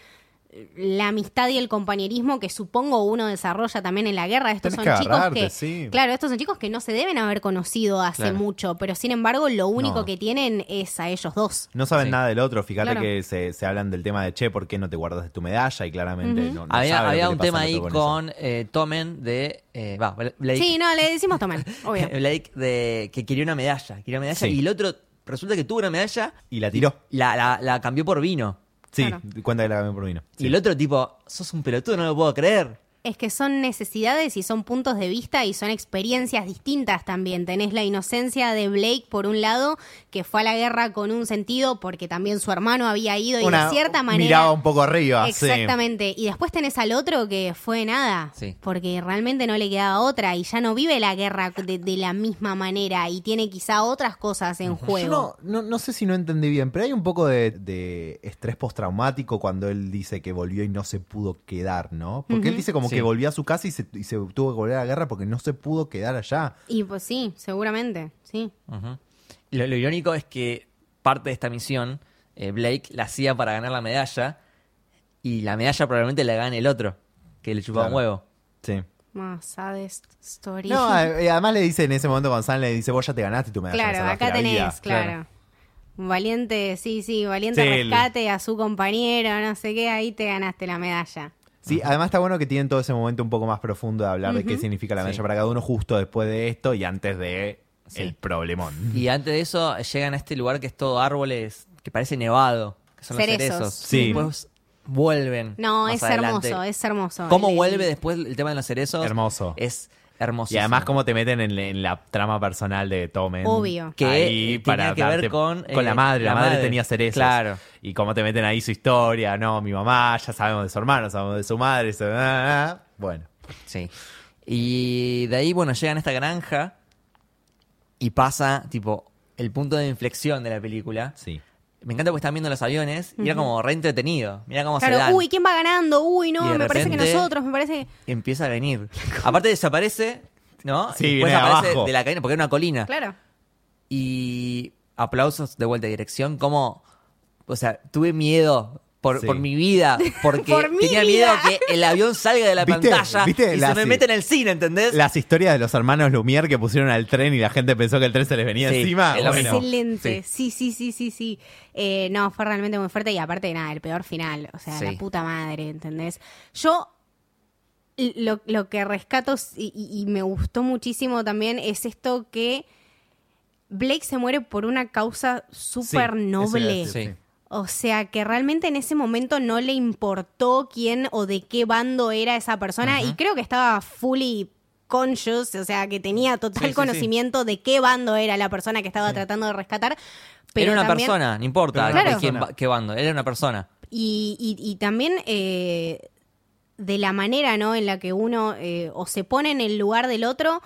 S2: eh, la amistad y el compañerismo que supongo uno desarrolla también en la guerra. Estos
S3: Tenés
S2: son
S3: que
S2: chicos
S3: agarrarte,
S2: que,
S3: sí.
S2: claro, estos son chicos que no se deben haber conocido hace
S1: Claro.
S2: mucho, pero sin embargo lo único
S3: No.
S2: que tienen es a ellos dos.
S3: No saben
S1: Sí.
S3: nada del otro, fíjate
S2: Claro.
S3: que se, se hablan del tema de che, ¿por qué no te guardas de tu medalla? Y claramente no, no
S1: había
S3: sabe lo
S1: había
S3: que le
S1: un
S3: pasa
S1: tema
S3: al
S1: ahí
S3: otro
S1: con,
S3: eso.
S1: eh, Tomen de. eh, va, Blake,
S2: Sí, no, le decimos toman, obvio.
S1: Blake de, que quería una medalla. Quería una medalla
S3: Sí.
S1: y el otro resulta que tuvo una medalla.
S3: Y la tiró.
S1: La, la- la cambió por vino.
S3: Sí,
S2: Claro.
S3: cuenta que la cambió por vino. Sí.
S1: Y el otro tipo, sos un pelotudo, no lo puedo creer.
S2: Es que son necesidades y son puntos de vista y son experiencias distintas también. Tenés la inocencia de Blake, por un lado, que fue a la guerra con un sentido porque también su hermano había ido y
S3: Una
S2: de cierta manera...
S3: Miraba un poco arriba. sí.
S2: Exactamente. Y después tenés al otro que fue nada,
S1: Sí.
S2: porque realmente no le quedaba otra y ya no vive la guerra de, de la misma manera y tiene quizá otras cosas en
S3: Yo
S2: juego.
S3: no, no, no sé si no entendí bien, pero hay un poco de, de estrés postraumático cuando él dice que volvió y no se pudo quedar, ¿no? Porque él dice como
S1: Sí.
S3: que volvió a su casa y se, y se tuvo que volver a la guerra porque no se pudo quedar allá.
S2: Y pues sí, seguramente, sí.
S1: Ujú. lo, lo irónico es que parte de esta misión, eh, Blake la hacía para ganar la medalla y la medalla probablemente la gane el otro. que le chupaba un
S3: Claro.
S1: huevo.
S3: Sí.
S2: Más saddest story.
S3: No, eh, a- y además le dice en ese momento cuando Sam le dice, vos ya te ganaste tu medalla.
S2: claro,
S3: salvaste
S2: acá
S3: la vida".
S2: tenés, claro. Valiente, sí, sí, valiente
S3: Sí, el-
S2: rescate a su compañero, no sé qué, ahí te ganaste la medalla.
S3: Sí, además está bueno que tienen todo ese momento un poco más profundo de hablar de qué significa la medalla
S1: Sí.
S3: para cada uno justo después de esto y antes de
S1: Sí.
S3: el problemón.
S1: Y antes de eso llegan a este lugar que es todo árboles, que parece nevado, que son
S2: Cerezos.
S1: los cerezos.
S3: Sí.
S1: Después vuelven.
S2: No,
S1: más
S2: es
S1: adelante.
S2: hermoso, es hermoso.
S1: ¿Cómo
S2: El-
S1: vuelve después el tema de los cerezos?
S3: Hermoso.
S1: Es hermoso.
S3: Y además cómo te meten en, en la trama personal de Tomen.
S2: Obvio.
S1: Que
S3: ahí
S1: tenía
S3: para
S1: que ver
S3: darte-
S1: con, eh,
S3: la madre. La,
S1: la
S3: madre,
S1: madre.
S3: tenía cerezos.
S1: Claro.
S3: Y cómo te meten ahí su historia. No, mi mamá, ya sabemos de su hermano, sabemos de su madre. eso, ah, ah. Bueno.
S1: Sí. Y de ahí, bueno, llegan a esta granja y pasa, tipo, el punto de inflexión de la película.
S3: Sí.
S1: Me encanta porque están viendo los aviones y era como re entretenido. Mira cómo se dan.
S2: Claro, uy, ¿quién va ganando? Uy, no,
S1: Y de
S2: me parece que
S1: repente-
S2: nosotros, me parece que...
S1: Empieza a venir. Aparte desaparece, ¿no?
S3: Sí,
S1: Y después
S3: viene de
S1: aparece
S3: abajo.
S1: de la caída porque era una colina.
S2: Claro.
S1: Y aplausos de vuelta de dirección. Como, o sea, tuve miedo por,
S3: Sí.
S1: por mi vida. Porque
S2: Por mi
S1: tenía
S2: vida.
S1: miedo que el avión salga de la
S3: ¿Viste?
S1: pantalla
S3: ¿Viste?
S1: y
S3: La-
S1: se me
S3: sí.
S1: mete en el cine, ¿entendés?
S3: Las historias de los hermanos Lumière que pusieron al tren y la gente pensó que el tren se les venía
S1: Sí,
S3: encima.
S1: es lo
S3: bueno.
S1: mismo.
S2: Excelente. Sí, sí, sí, sí, sí. Eh, no, fue realmente muy fuerte y aparte de nada, el peor final. O sea,
S1: Sí.
S2: la puta madre, ¿entendés? Yo l- lo, lo que rescato s- y, y- y me gustó muchísimo también es esto que Blake se muere por una causa súper
S3: Sí,
S2: noble.
S3: eso iba a decir,
S1: Sí.
S2: O sea, que realmente en ese momento no le importó quién o de qué bando era esa persona y creo que estaba fully conscious, o sea, que tenía total
S1: Sí, sí, sí.
S2: conocimiento de qué bando era la persona que estaba tratando de rescatar. Pero
S1: era una
S2: también-
S1: persona, no importa
S3: Pero era
S2: una
S1: de quién
S3: persona.
S1: va- qué bando, era una persona.
S2: Y, y- y también eh, de la manera, ¿no? En la que uno eh, o se pone en el lugar del otro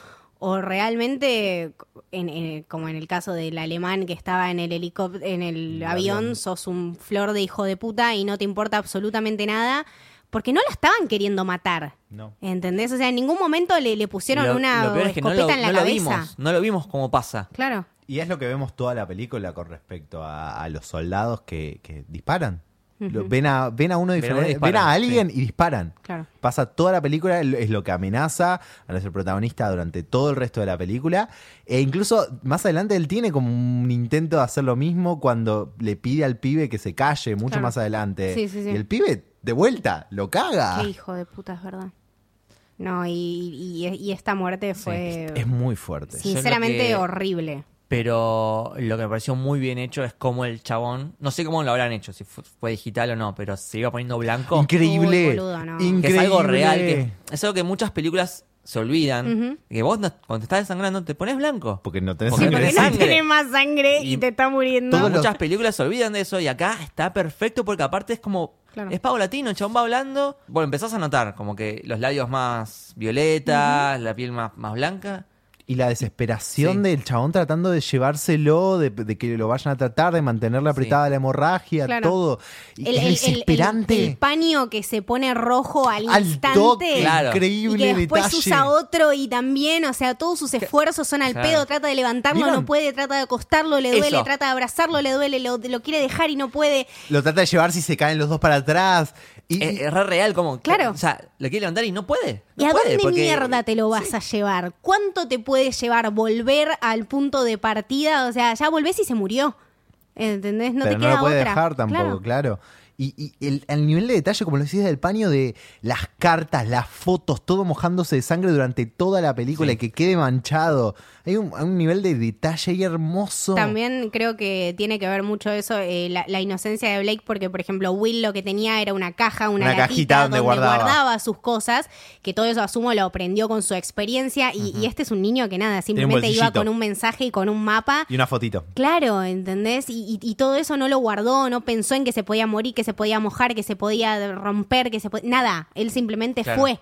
S2: o realmente, en- en- como en el caso del alemán que estaba en el helicóptero, en el avión, sos un flor de hijo de puta y no te importa absolutamente nada, porque no la estaban queriendo matar.
S3: No.
S2: ¿Entendés? O sea, en ningún momento le, le pusieron
S1: Lo-
S2: una
S1: lo peor es que no lo-
S2: escopeta en la
S1: no lo
S2: cabeza.
S1: vimos, no lo vimos como pasa.
S2: Claro.
S3: Y es lo que vemos toda la película con respecto a, a los soldados que, que disparan. Lo- ven, a, ven a
S1: Ven a uno
S3: uno diferente,
S1: y disparan,
S3: ven a alguien y disparan.
S2: Claro.
S3: Pasa toda la película, lo- es lo que amenaza a nuestro protagonista durante todo el resto de la película. E incluso más adelante él tiene como un intento de hacer lo mismo cuando le pide al pibe que se calle, mucho
S2: Claro.
S3: más adelante.
S2: Sí, sí, sí.
S3: Y el pibe, de vuelta, lo caga.
S1: Ah.
S2: Qué hijo de puta, es verdad. No, y, y- y esta muerte fue...
S3: Es muy fuerte.
S1: yo lo
S2: Sinceramente
S1: que-
S2: horrible.
S1: Pero lo que me pareció muy bien hecho es como el chabón, no sé cómo lo habrán hecho, si fu- fue, digital o no, pero se iba poniendo blanco.
S3: Increíble.
S2: Uy, boludo, no.
S1: que es algo
S3: increíble.
S1: real, que es algo que muchas películas se olvidan, que vos no- cuando estás desangrando te pones blanco.
S3: Porque no tenés
S1: Porque
S2: Sí,
S1: no
S2: porque
S3: sangre.
S1: tenés
S2: no
S1: sangre.
S2: tenés más sangre y,
S1: Y
S2: te está muriendo.
S3: todos
S1: Muchas películas se olvidan de eso y acá está perfecto porque aparte es como...
S2: Claro.
S1: Es paulatino, el chabón va hablando. Bueno, empezás a notar como que los labios más violetas, la piel más, más blanca.
S3: Y la desesperación
S1: Sí.
S3: del chabón tratando de llevárselo, de, de que lo vayan a tratar, de mantenerle apretada la hemorragia,
S2: Claro.
S3: todo. Y
S2: El,
S3: es
S2: el- el-
S3: desesperante.
S2: el- el paño que se pone rojo al,
S3: al
S2: instante.
S3: toque,
S1: Claro.
S2: Y
S3: increíble
S2: que después
S3: detalle.
S2: usa otro y también, o sea, todos sus esfuerzos son al
S1: Claro.
S2: pedo, trata de levantarlo,
S3: ¿Vieron?
S2: no puede, trata de acostarlo, le duele,
S1: Eso.
S2: trata de abrazarlo, le duele, lo, lo quiere dejar y no puede.
S3: Lo trata de llevar si se caen los dos para atrás. Y,
S1: Es, es re real, como.
S2: Claro.
S1: O sea, lo quiere levantar y no puede.
S2: ¿Y
S1: No
S2: a
S1: puede,
S2: dónde
S1: porque-
S2: mierda te lo vas a llevar? ¿Cuánto te puede llevar volver al punto de partida? O sea, ya volvés y se murió. ¿Entendés? No
S3: pero
S2: te
S3: no
S2: queda
S3: lo puede
S2: otra.
S3: dejar tampoco, claro.
S2: Claro.
S3: Y, y el, el nivel de detalle, como lo decís, del paño de las cartas, las fotos, todo mojándose de sangre durante toda la película
S1: Sí.
S3: y que quede manchado. Hay un, hay un nivel de detalle ahí hermoso.
S2: También creo que tiene que ver mucho eso, eh, la, la inocencia de Blake, porque por ejemplo Will lo que tenía era una caja, una,
S3: Una
S2: latita
S3: cajita donde guardaba.
S2: sus cosas, que todo eso asumo lo aprendió con su experiencia y, y este es un niño que nada,
S3: un
S2: simplemente iba
S3: bolsillito.
S2: con un mensaje y con un mapa.
S3: Y una fotito.
S2: Claro, ¿entendés? Y, y- y todo eso no lo guardó, no pensó en que se podía morir, que se podía mojar, que se podía romper, que se podía... Nada, él simplemente
S1: Claro.
S2: fue.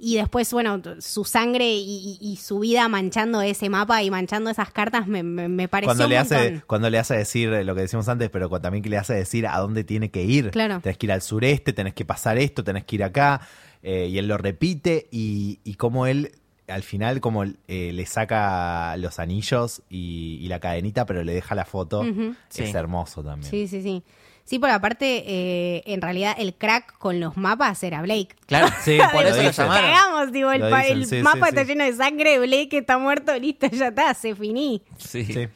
S2: Y después, bueno, t- su sangre y, y- y su vida manchando ese mapa y manchando esas cartas me, me, me pareció
S3: cuando
S2: un
S3: le hace
S2: montón.
S3: cuando le hace decir eh, lo que decíamos antes pero cu- también que le hace decir a dónde tiene que ir
S2: Claro.
S3: tenés que ir al sureste tenés que pasar esto tenés que ir acá eh, y él lo repite y, y cómo él al final como eh, le saca los anillos y, y la cadenita pero le deja la foto
S2: Ujú.
S3: es
S1: Sí.
S3: hermoso también
S2: Sí, sí, sí. Sí, por aparte, eh, en realidad el crack con los mapas era Blake.
S1: Claro, sí, por
S3: lo
S1: eso lo
S3: dicen.
S1: llamaron.
S2: Cagamos, digo, el,
S3: Lo
S2: pa-
S3: dicen,
S2: el
S3: sí,
S2: mapa
S3: sí,
S2: está
S3: sí.
S2: lleno de sangre, Blake está muerto, listo, ya está, se finí.
S1: Sí.
S3: Sí.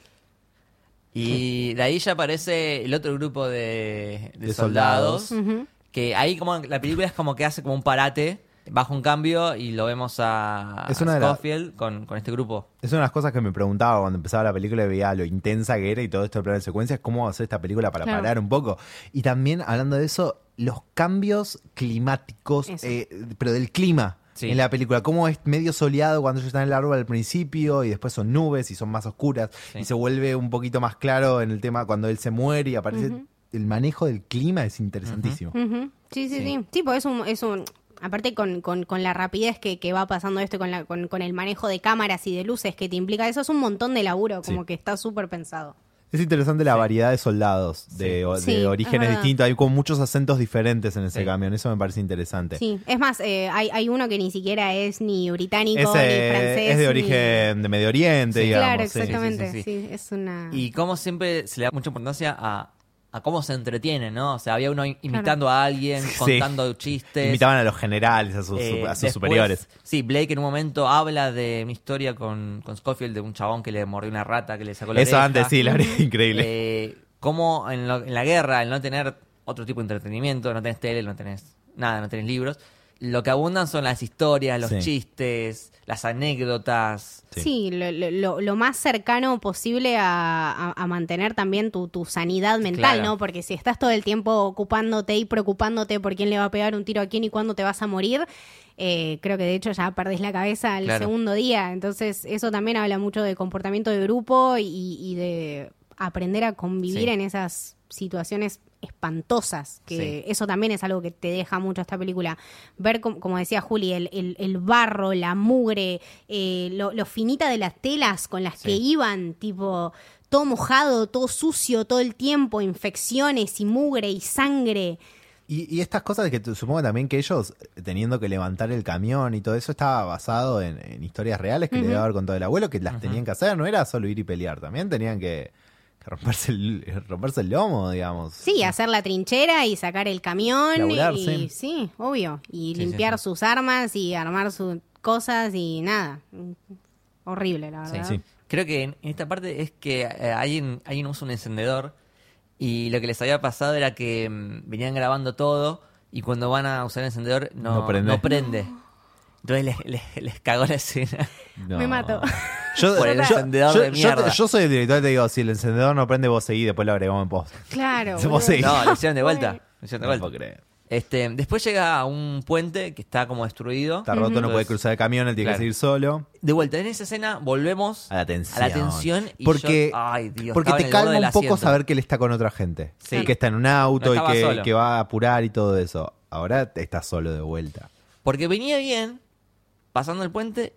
S1: Y de ahí ya aparece el otro grupo de, de
S3: De
S1: soldados.
S3: soldados.
S1: Que ahí como la película es como que hace como un parate, bajo un cambio y lo vemos a,
S3: Es
S1: a
S3: una de la-
S1: Scofield con, con este grupo.
S3: Es una de las cosas que me preguntaba cuando empezaba la película y veía lo intensa que era y todo esto de plano de secuencias, cómo va a ser esta película para
S2: Claro.
S3: parar un poco. Y también, hablando de eso, los cambios climáticos,
S2: Eso.
S3: eh, pero del clima.
S1: Sí.
S3: En la película, cómo es medio soleado cuando ellos están en el árbol al principio y después son nubes y son más oscuras
S1: Sí.
S3: y se vuelve un poquito más claro en el tema cuando él se muere y aparece el manejo del clima es interesantísimo.
S2: Ujú. Sí, sí,
S1: Sí.
S2: sí. Sí, pues es un, es un aparte con, con, con la rapidez que, que va pasando esto, con, la, con, con el manejo de cámaras y de luces que te implica, eso es un montón de laburo, como
S3: Sí.
S2: que está súper pensado.
S3: Es interesante la variedad de soldados, de, o- de
S2: Sí, es
S3: orígenes
S2: verdad.
S3: distintos, hay con muchos acentos diferentes en ese
S1: Sí.
S3: camión, eso me parece interesante.
S2: Sí, es más, eh, hay, hay uno que ni siquiera es ni británico,
S3: es,
S2: ni
S3: eh,
S2: francés.
S3: es de
S2: ni-
S3: origen de Medio Oriente,
S1: Sí.
S3: digamos.
S2: claro,
S3: sí.
S2: exactamente,
S1: sí,
S2: sí,
S1: sí, sí,
S2: es una...
S1: Y como siempre se le da mucha importancia a, a cómo se entretienen, ¿no? O sea, había uno im- imitando a alguien,
S3: Sí.
S1: contando chistes.
S3: Imitaban a los generales, a sus,
S1: Eh,
S3: su- a sus
S1: después,
S3: superiores.
S1: Sí, Blake en un momento habla de mi historia con, con Scofield, de un chabón que le mordió una rata, que le sacó la
S3: Eso
S1: oreja.
S3: antes sí, la verdad, increíble.
S1: Eh, como en, lo- en la guerra, al no tener otro tipo de entretenimiento, no tenés tele, no tenés nada, no tenés libros, lo que abundan son las historias, los
S3: Sí.
S1: chistes, las anécdotas.
S3: Sí.
S2: Sí, lo, lo- lo- lo más cercano posible a, a- a mantener también tu, tu sanidad mental,
S1: Claro.
S2: ¿no? Porque si estás todo el tiempo ocupándote y preocupándote por quién le va a pegar un tiro a quién y cuándo te vas a morir, eh, creo que de hecho ya perdés la cabeza el
S1: Claro.
S2: segundo día. Entonces eso también habla mucho de comportamiento de grupo y, y de aprender a
S1: Sí.
S2: convivir en esas situaciones espantosas, que eso también es algo que te deja mucho esta película. Ver, com- como decía Juli, el, el- el barro, la mugre, eh, lo, lo finita de las telas con las que iban, tipo, todo mojado, todo sucio, todo el tiempo, infecciones y mugre y sangre.
S3: Y, y estas cosas que tu- supongo también que ellos, eh, teniendo que levantar el camión y todo eso, estaba basado en, en historias reales que le debe haber contado el abuelo, que las tenían que hacer, no era solo ir y pelear, también tenían que, que romperse, el, romperse el lomo, digamos.
S2: Sí, hacer la trinchera y sacar el camión.
S3: Laburar,
S2: y,
S3: sí.
S2: obvio.
S1: Sí,
S2: Y
S1: sí,
S2: limpiar
S1: sí.
S2: sus armas y armar sus cosas y nada. Horrible, la verdad.
S3: sí.
S1: Creo que en en esta parte es que eh, alguien, alguien usa un encendedor y lo que les había pasado era que mm, venían grabando todo y cuando van a usar el encendedor no,
S3: No prende.
S1: no prende. Entonces les, les- les cagó la escena.
S3: No.
S2: Me mato.
S3: Yo,
S1: Por el encendedor de
S3: yo-
S1: mierda.
S3: yo soy el director y te digo, si el encendedor no prende, vos seguís, después lo agregamos en post.
S2: Claro.
S3: Somos
S2: boludo.
S3: seis.
S1: No, lo hicieron de vuelta. Lo hicieron de
S3: No
S1: vuelta.
S3: puedo creer.
S1: Este, después llega a un puente que está como destruido.
S3: Está roto, no puede
S1: Entonces,
S3: cruzar el camión, él tiene
S1: Claro.
S3: que seguir solo.
S1: De vuelta, en esa escena volvemos
S3: A la tensión.
S1: a la tensión y
S3: porque,
S1: yo- ay, Dios,
S3: porque
S1: estaba en
S3: te
S1: el borde
S3: calma
S1: del
S3: un poco
S1: asiento.
S3: saber que él está con otra gente.
S1: Sí.
S3: Y que está en un auto
S1: No
S3: y
S1: estaba
S3: que,
S1: solo.
S3: que va a apurar y todo eso. Ahora estás solo de vuelta.
S1: Porque venía bien, pasando el puente,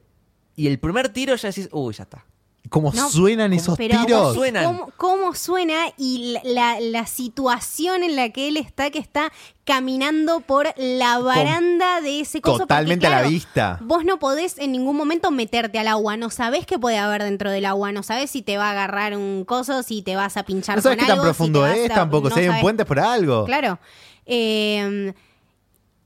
S1: y el primer tiro ya decís, uy, ya está.
S3: ¿Y ¿Cómo
S2: No,
S3: suenan
S2: ¿cómo?
S3: esos
S2: Pero
S3: tiros?
S2: vos-
S1: Suenan.
S2: ¿Cómo, cómo suena y la, la- la situación en la que él está, que está caminando por la baranda de ese coso? porque,
S3: totalmente a la
S2: claro,
S3: vista.
S2: Vos no podés en ningún momento meterte al agua, no sabés qué puede haber dentro del agua, no sabés si te va a agarrar un coso, si te vas a pinchar
S3: No sabes
S2: con
S3: qué tan
S2: algo,
S3: profundo
S2: si te vas
S3: es
S2: a-
S3: tampoco.
S2: no
S3: si hay un
S2: sabés-
S3: puente es por algo.
S2: Claro. Eh,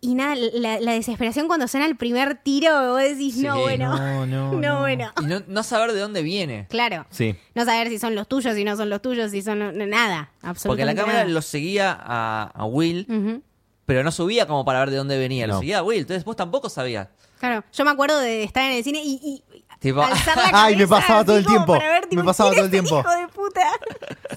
S2: y nada, la, la desesperación cuando suena el primer tiro, vos decís,
S1: Sí,
S2: no, bueno.
S3: no, no, no.
S2: no, bueno.
S1: Y no, no saber de dónde viene.
S2: Claro.
S3: Sí.
S2: No saber si son los tuyos, si no son los tuyos, si son no, nada. Absolutamente.
S1: Porque la cámara
S2: nada. Mm.
S1: lo seguía a, a Will,
S2: Ujú.
S1: pero no subía como para ver de dónde venía. Lo
S3: No.
S1: seguía a Will, entonces vos tampoco sabías.
S2: Claro. Yo me acuerdo de estar en el cine y. y
S1: Tipo,
S2: alzar la
S3: Ay, me
S2: cabeza
S3: pasaba
S2: así
S3: todo el
S2: como
S3: tiempo.
S2: para ver, tipo,
S3: Me pasaba
S2: ¿quién
S3: todo el
S2: es
S3: tiempo.
S2: Hijo de puta.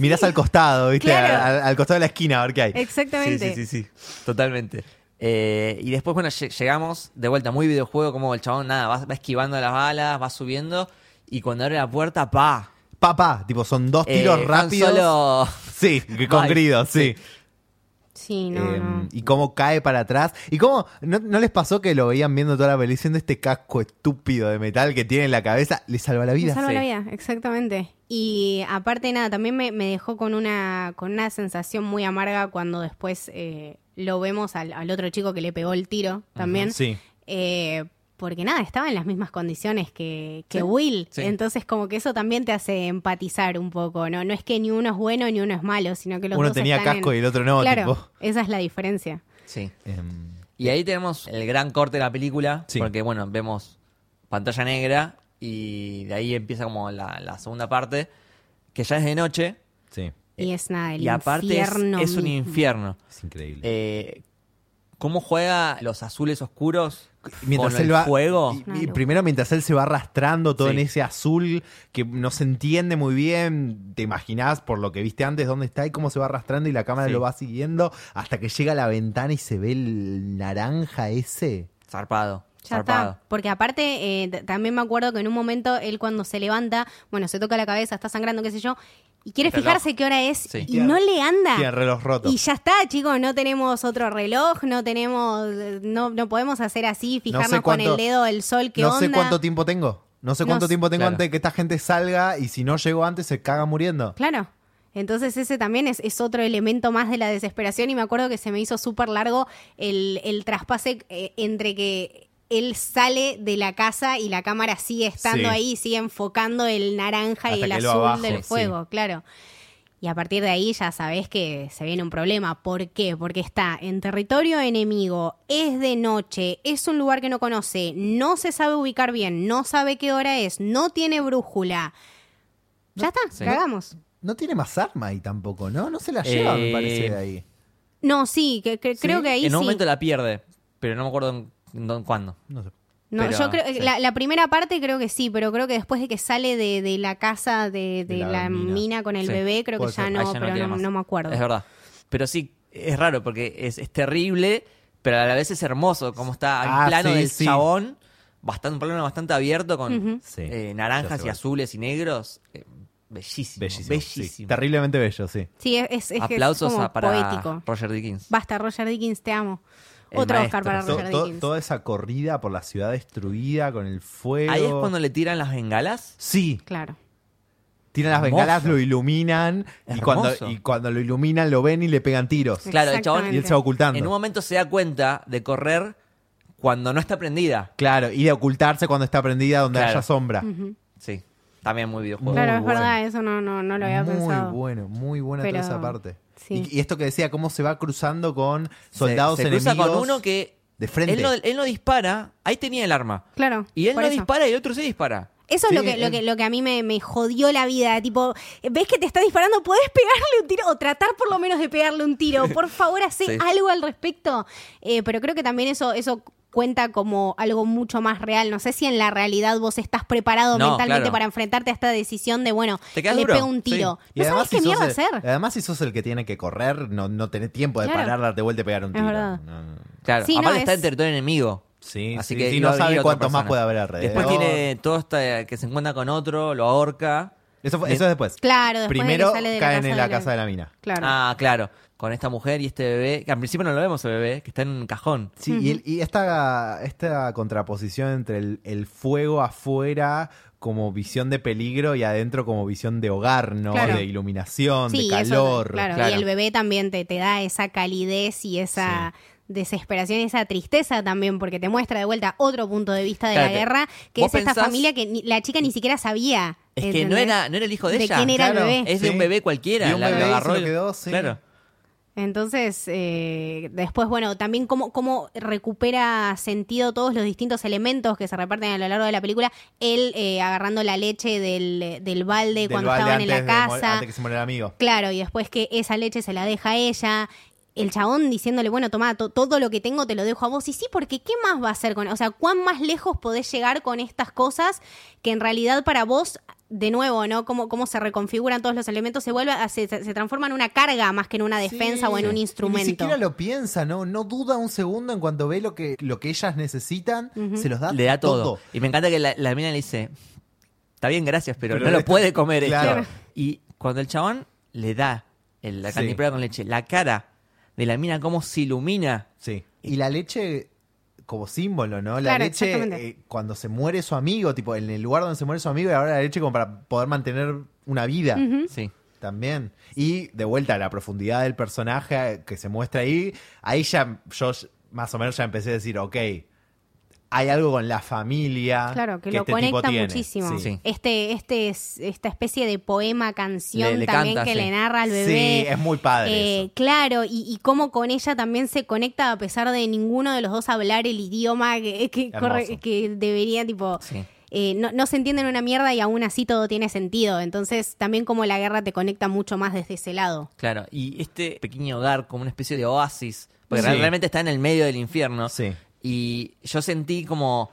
S3: Mirás al costado, ¿viste?
S2: Claro.
S3: Al, al costado de la esquina, a ver qué hay.
S1: Sí,
S2: Exactamente.
S1: sí, sí, sí, totalmente. Eh, y después, bueno, lle- llegamos de vuelta, muy videojuego, como el chabón, nada, va, va esquivando las balas, va subiendo, y cuando abre la puerta, pa.
S3: Papá, tipo, son dos
S1: Eh,
S3: tiros
S1: Han
S3: rápidos.
S1: Solo...
S3: Sí, con
S1: Bye.
S3: gridos, sí.
S2: Sí, no,
S3: Eh,
S2: no.
S3: Y cómo cae para atrás. Y cómo, ¿no, no les pasó que lo veían viendo toda la película diciendo este casco estúpido de metal que tiene en la cabeza? Le salva la vida.
S2: Me salva
S1: sí.
S2: la vida, exactamente. Y aparte nada, también me, me dejó con una, con una sensación muy amarga cuando después eh, lo vemos al, al otro chico que le pegó el tiro también.
S3: Sí.
S2: Eh, porque nada, estaba en las mismas condiciones que, que
S1: Sí.
S2: Will.
S1: Sí.
S2: Entonces, como que eso también te hace empatizar un poco, ¿no? No es que ni uno es bueno ni uno es malo, sino que los
S3: Uno
S2: dos
S3: tenía
S2: están
S3: casco
S2: en-
S3: y el otro no,
S2: Claro,
S3: tipo.
S2: esa es la diferencia.
S1: Sí.
S3: Em,
S1: Y ahí tenemos el gran corte de la película,
S3: Sí.
S1: porque bueno, vemos pantalla negra y de ahí empieza como la, la segunda parte, que ya es de noche
S3: sí,
S2: Y es nada, el
S1: Eh, y aparte es,
S2: infierno
S1: es un
S2: mismo.
S1: infierno.
S3: es increíble.
S1: Eh, ¿Cómo juega los azules oscuros
S3: mientras
S1: con
S3: él
S1: el
S3: va
S1: fuego?
S3: y-
S2: Claro.
S3: y primero mientras él se va arrastrando todo
S1: Sí.
S3: en ese azul que no se entiende muy bien te imaginás por lo que viste antes dónde está y cómo se va arrastrando y la cámara
S1: Sí.
S3: lo va siguiendo hasta que llega a la ventana y se ve el naranja ese
S1: Zarpado,
S2: Ya
S1: zarpado.
S2: está. Porque aparte, eh, t- también me acuerdo que en un momento él cuando se levanta, bueno, se toca la cabeza, está sangrando, qué sé yo, y quiere
S1: El reloj.
S2: fijarse qué hora es
S1: Sí.
S2: y no le anda.
S3: tiene el reloj roto
S2: Y ya está, chicos, no tenemos otro reloj, no tenemos, eh, no, no podemos hacer así, fijarnos
S3: cuánto-
S2: con el dedo del sol, qué
S3: no
S2: onda.
S3: sé cuánto tiempo tengo no sé
S2: No
S3: cuánto
S2: sé.
S3: tiempo tengo
S1: Claro.
S3: antes de que esta gente salga y si no llego antes se caga muriendo
S2: Claro. Entonces ese también es, es otro elemento más de la desesperación y me acuerdo que se me hizo súper largo el, el traspase eh, entre que él sale de la casa y la cámara sigue estando
S3: Sí.
S2: ahí, sigue enfocando el naranja y
S3: Hasta
S2: el
S3: que lo
S2: azul
S3: abajo,
S2: del
S3: sí.
S2: fuego, claro. Y a partir de ahí ya sabés que se viene un problema. ¿Por qué? Porque está en territorio enemigo, es de noche, es un lugar que no conoce, no se sabe ubicar bien, no sabe qué hora es, no tiene brújula. Ya está,
S1: sí.
S2: cagamos.
S3: no tiene más arma ahí tampoco no no se la lleva me
S1: Eh,
S3: parece de ahí
S2: No, sí, que, que- creo que ahí
S1: en un
S2: sí.
S1: momento la pierde, pero no me acuerdo en- en cuándo.
S3: no sé
S2: No,
S1: pero-
S2: yo creo
S1: sí.
S2: la, la primera parte creo que sí, pero creo que después de que sale de, de la casa de, de
S3: De la
S2: la, mina.
S3: mina.
S2: con el
S1: Sí,
S2: bebé, creo que
S3: puede
S2: ya
S3: ser.
S2: no,
S1: Ah, ya
S2: pero
S1: tiene
S2: no,
S1: más.
S2: no me acuerdo.
S1: Es verdad. Pero sí, es raro porque es, es terrible, pero a la vez es hermoso como está. Hay un
S3: Ah,
S1: plano
S3: sí,
S1: del
S3: sí.
S1: chabón, bastante, un plano bastante abierto con
S2: Ujú.
S3: Sí,
S1: eh,
S3: ya
S1: naranjas y
S3: sé cuál.
S1: azules y negros. Eh, bellísimo.
S3: bellísimo,
S1: Bellísimo.
S3: sí. terriblemente bello sí
S2: Sí, es, es, es que es
S1: Aplausos
S2: como
S1: a- para
S2: poético.
S1: Roger Dickens.
S2: Basta, Roger Dickens, te amo.
S1: El
S2: Otro
S1: maestro.
S2: Oscar para
S1: To-
S2: Roger
S3: To- to-
S2: Dickens.
S3: toda esa corrida por la ciudad destruida con el fuego.
S1: Ahí es cuando le tiran las bengalas.
S3: Sí,
S2: Claro.
S3: tiran las
S1: Hermoso.
S3: bengalas, lo iluminan y
S1: Hermoso.
S3: cuando, y cuando lo iluminan lo ven y le pegan tiros.
S1: Claro, el chabón-
S3: Y él
S2: Exactamente.
S3: se va ocultando.
S1: En un momento se da cuenta de correr cuando no está prendida.
S3: Claro, y de ocultarse cuando está prendida donde
S1: Claro.
S3: haya sombra.
S1: Sí. También muy videojuego.
S2: Claro,
S3: Muy
S2: es
S3: bueno.
S2: verdad, eso no, no, no lo había
S3: muy
S2: pensado.
S3: bueno, muy buena
S2: Pero-
S3: toda esa parte.
S2: sí.
S3: Y, y esto que decía, cómo se va cruzando con soldados
S1: se, se
S3: enemigos.
S1: cruza con uno que
S3: de frente.
S1: Él no, él no dispara, ahí tenía el arma.
S2: Claro,
S1: Y él
S2: por
S1: no
S2: eso.
S1: dispara y el otro sí dispara.
S2: Eso es lo
S3: Sí,
S2: que, lo
S3: él-
S2: que, lo que a mí me, me jodió la vida. Tipo, ves que te está disparando, podés pegarle un tiro o tratar por lo menos de pegarle un tiro. Por favor, hacé
S1: Sí.
S2: algo al respecto. Eh, pero creo que también eso, eso cuenta como algo mucho más real. No sé si en la realidad vos estás preparado
S1: No,
S2: mentalmente
S1: claro.
S2: para enfrentarte a esta decisión de, bueno,
S1: Te
S2: le
S1: quedas duro,
S2: pego un
S1: sí.
S2: tiro.
S3: Y
S2: No
S3: además
S2: sabés qué
S3: si sos
S2: mierda
S3: el-
S2: hacer.
S3: Además, si sos el que tiene que correr, no, no tenés tiempo de
S2: Claro.
S3: parar, darte vuelta y pegar un
S2: Es
S3: tiro.
S2: verdad.
S3: No, no, no.
S1: Claro,
S2: Sí, no,
S1: aparte
S2: es-
S1: está en territorio enemigo.
S3: Sí,
S1: Así
S3: sí,
S1: que
S3: sí,
S1: iba a
S3: no
S1: venir
S3: sabe
S1: otra
S3: cuántos más
S1: persona.
S3: puede haber alrededor.
S1: Después tiene todo esta que se encuentra con otro, lo ahorca.
S3: Eso, fue- eso es después.
S2: Claro, después de
S3: Primero
S2: que sale de la
S3: caen
S2: casa
S3: en
S2: de
S3: la
S2: la-
S3: casa de la mina.
S2: Claro.
S1: Ah, claro. Con esta mujer y este bebé, que al principio no lo vemos el bebé, que está en un cajón.
S3: Sí, y, el- y esta, esta contraposición entre el, el fuego afuera como visión de peligro y adentro como visión de hogar, ¿no?
S2: Claro.
S3: De iluminación,
S2: Sí,
S3: de
S2: eso,
S3: calor.
S2: claro,
S1: Claro.
S2: Y el bebé también te, te da esa calidez y esa desesperación y esa tristeza también, porque te muestra de vuelta otro punto de vista de
S1: Claro,
S2: la
S1: te-
S2: guerra, que
S1: vos
S2: es esta
S1: pensás-
S2: familia que ni- la chica ni siquiera sabía.
S1: Es que no
S2: ¿entendés?
S1: era, no era el hijo de,
S2: Eh, ¿De
S1: ella.
S2: quién era el
S3: Claro.
S2: bebé?
S1: Es de
S3: Sí.
S1: un bebé cualquiera.
S3: De un
S1: la-
S3: bebé
S1: lo
S3: y se
S1: agarró
S3: lo
S1: el-
S3: quedó, sí.
S1: Claro.
S2: Entonces, eh, después, bueno, también cómo, cómo recupera sentido todos los distintos elementos que se reparten a lo largo de la película. Él eh, agarrando la leche del, del balde
S3: Del
S2: cuando
S3: balde
S2: estaban en la
S3: antes de mo-
S2: casa.
S3: antes que se muera el amigo.
S2: Claro, y después que esa leche se la deja a ella. El chabón diciéndole, bueno, toma, to- todo lo que tengo te lo dejo a vos. Y sí, porque ¿qué más va a hacer con...? O sea, ¿cuán más lejos podés llegar con estas cosas que en realidad para vos, de nuevo, ¿no? Cómo, cómo se reconfiguran todos los elementos, se vuelve, a- se, se- se transforma en una carga más que en una defensa
S3: Sí.
S2: o en un
S3: Y Ni
S2: instrumento.
S3: siquiera lo piensa, ¿no? No duda un segundo en cuanto ve lo que, lo que ellas necesitan, se los da
S1: Le da todo. Y me encanta que la, la mina le dice, está bien, gracias, pero,
S3: Pero
S1: no lo
S3: esto-
S1: puede comer
S3: Claro.
S1: esto". Y cuando el chabón le da el- la
S3: Sí.
S1: cantimplora con leche, la cara de la mina cómo se ilumina.
S3: Sí. Y la leche como símbolo, ¿no? La
S2: Claro,
S3: leche
S2: exactamente.
S3: eh, cuando se muere su amigo, tipo en el lugar donde se muere su amigo y ahora la leche como para poder mantener una vida
S1: Sí.
S3: también. Y de vuelta a la profundidad del personaje que se muestra ahí, ahí ya yo más o menos ya empecé a decir, ok, hay algo con la familia.
S2: Claro, que, lo
S3: este tipo
S2: conecta
S3: tiene.
S2: muchísimo.
S1: Sí.
S2: Este, este es- esta especie de poema, canción
S1: Le- le
S2: también
S1: canta,
S2: que
S1: sí.
S2: le narra al bebé.
S3: Sí, es muy padre
S2: Eh,
S3: eso.
S2: Claro, y, y cómo con ella también se conecta a pesar de ninguno de los dos hablar el idioma que, que
S3: Hermoso.
S2: corre- que debería, tipo...
S1: Sí.
S2: eh, no, no se entienden una mierda y aún así todo tiene sentido. Entonces, también como la guerra te conecta mucho más desde ese lado.
S1: Claro, y este pequeño hogar como una especie de oasis, porque
S3: Sí.
S1: realmente está en el medio del infierno.
S3: Sí.
S1: Y yo sentí como,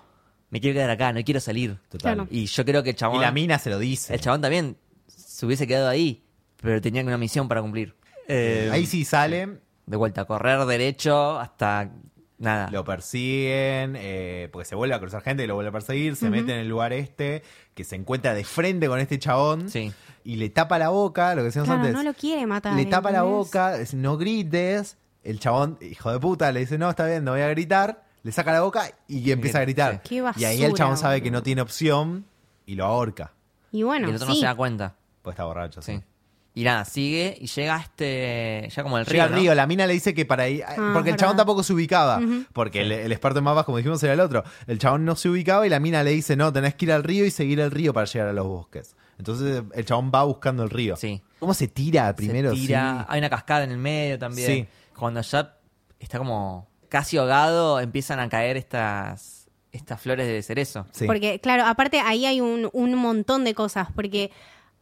S1: me quiero quedar acá, no quiero salir.
S3: Total.
S2: Claro.
S1: Y yo creo que el
S3: Y
S1: chabón,
S3: la mina se lo dice.
S1: el chabón también se hubiese quedado ahí, pero tenía una misión para cumplir. Eh,
S3: Ahí sí sale,
S1: De vuelta, correr derecho hasta nada.
S3: lo persiguen, eh, porque se vuelve a cruzar gente que lo vuelve a perseguir, se mete en el lugar este, que se encuentra de frente con este chabón
S1: Sí.
S3: y le tapa la boca, lo que decíamos
S2: Claro,
S3: antes.
S2: no lo quiere matar.
S3: le tapa la
S2: ¿entendés?
S3: boca, es, no grites. El chabón, hijo de puta, le dice, no, está bien, no voy a gritar. Le saca la boca y empieza a gritar.
S2: Qué
S3: y ahí el
S2: basura,
S3: chabón sabe
S2: boludo.
S3: que no tiene opción y lo ahorca.
S2: Y
S1: Y
S2: bueno,
S1: el otro
S2: sí.
S1: no se da cuenta.
S3: Pues está borracho, sí.
S1: Sí. Y nada, sigue y llega a este. Ya como el río.
S3: Llega al
S1: ¿no?
S3: río, la mina le dice que para ahí. porque el
S2: Ah, verdad.
S3: chabón tampoco se ubicaba. Porque el, el experto en mapas, como dijimos, era el otro. El chabón no se ubicaba y la mina le dice: No, tenés que ir al río y seguir el río para llegar a los bosques. Entonces el chabón va buscando el río.
S1: Sí.
S3: ¿Cómo se tira
S1: Se
S3: primero?
S1: tira,
S3: Sí.
S1: Hay una cascada en el medio también.
S3: Sí.
S1: Cuando ya está como casi ahogado, empiezan a caer estas, estas flores de cerezo.
S3: Sí.
S2: Porque, claro, aparte ahí hay un, un montón de cosas, porque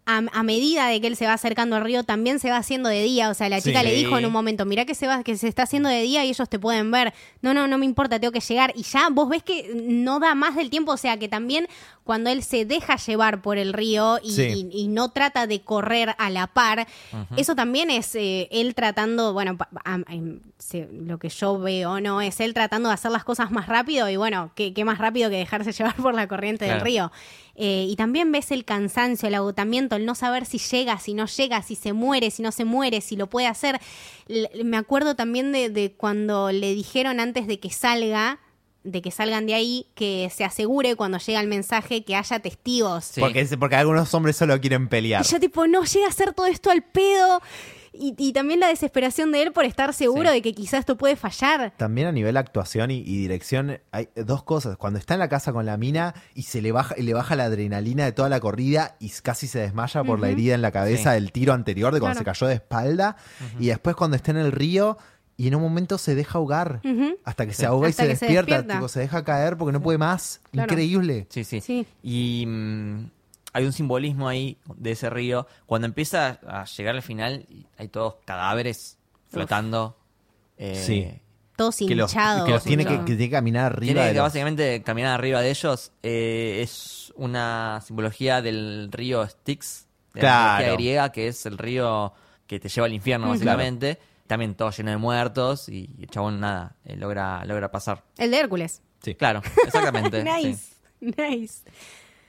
S2: a, a medida de que él se va acercando al río, también se va haciendo de día. O sea, la chica
S3: Sí.
S2: le dijo en un momento, mirá que se va, que se está haciendo de día y ellos te pueden ver. No, no, no me importa, tengo que llegar. Y ya vos ves que no da más del tiempo. O sea que también cuando él se deja llevar por el río y,
S3: Sí.
S2: y- y no trata de correr a la par, eso también es eh, él tratando, bueno, pa- am- am- se- lo que yo veo, ¿no? Es él tratando de hacer las cosas más rápido y bueno, qué, qué más rápido que dejarse llevar por la corriente
S1: Claro.
S2: del río. Eh, y también ves el cansancio, el agotamiento, el no saber si llega, si no llega, si se muere, si no se muere, si lo puede hacer. L- me acuerdo también de, de cuando le dijeron antes de que salga, de que salgan de ahí, que se asegure cuando llega el mensaje que haya testigos.
S1: Sí.
S3: Porque, es- porque algunos hombres solo quieren pelear.
S2: Y yo tipo, no, llega a hacer todo esto al pedo. Y, y también la desesperación de él por estar seguro
S1: Sí.
S2: de que quizás esto puede fallar.
S3: También a nivel actuación y, y dirección hay dos cosas. Cuando está en la casa con la mina y se le baja, le baja la adrenalina de toda la corrida y s- casi se desmaya por la herida en la cabeza
S1: Sí.
S3: del tiro anterior de cuando
S2: Claro.
S3: se cayó de espalda. Y después cuando está en el río y en un momento se deja ahogar.
S2: Ujú.
S3: Hasta que se ahoga y
S2: Hasta
S3: se
S2: que se
S3: despierta.
S2: despierta.
S3: Tipo, se deja caer porque no puede más.
S2: Claro.
S3: Increíble.
S1: Sí, sí.
S2: Sí.
S1: Y mm, hay un simbolismo ahí de ese río. Cuando empieza a llegar al final, y hay todos cadáveres flotando. Eh,
S3: Sí.
S2: Todo
S3: Que los,
S2: hinchado.
S3: que los tiene que,
S2: boludo.
S1: hinchado.
S3: que tiene que caminar arriba.
S1: Tiene
S3: de
S1: que
S3: los-
S1: básicamente caminar arriba de ellos. Eh, es una simbología del río Styx, de
S3: Claro.
S1: la mitología griega, que es el río que te lleva al
S2: Mm,
S1: infierno, básicamente. También todo lleno de muertos y el chabón nada, eh, logra, logra pasar.
S2: El de Hércules.
S3: Sí.
S1: Claro, exactamente.
S2: nice.
S1: sí.
S2: Nice.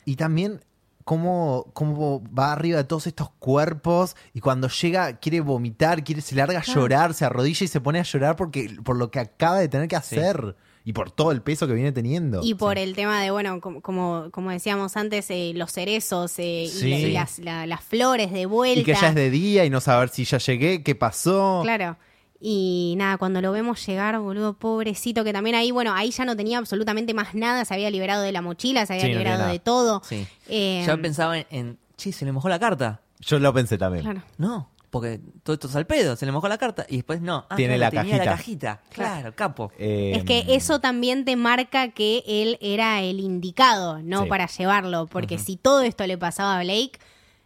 S3: Y también cómo, cómo va arriba de todos estos cuerpos y cuando llega quiere vomitar, quiere, se larga a llorar, se arrodilla y se pone a llorar porque, por lo que acaba de tener que hacer y por todo el peso que viene teniendo.
S2: Y por el tema de, bueno, com- como, como decíamos antes, eh, los cerezos eh, y
S3: Sí.
S2: la- y las, la- las flores de vuelta.
S3: Y que ya es de día y no saber si ya llegué, qué pasó.
S2: Claro. Y nada, cuando lo vemos llegar, boludo, pobrecito, que también ahí, bueno, ahí ya no tenía absolutamente más nada, se había liberado de la mochila, se había
S3: Sí, no tenía
S2: liberado
S3: nada.
S2: de todo.
S1: Sí.
S2: Eh,
S1: Yo pensaba en, en, che, se le mojó la carta.
S3: Yo lo pensé también.
S2: claro.
S1: No, porque todo esto es al pedo, se le mojó la carta. Y después no. Ah,
S3: Tiene
S1: claro,
S3: la
S1: tenía
S3: cajita.
S1: la cajita. Claro, capo.
S3: Eh,
S2: Es que eso también te marca que él era el indicado, ¿no?
S3: Sí.
S2: Para llevarlo, porque si todo esto le pasaba a Blake,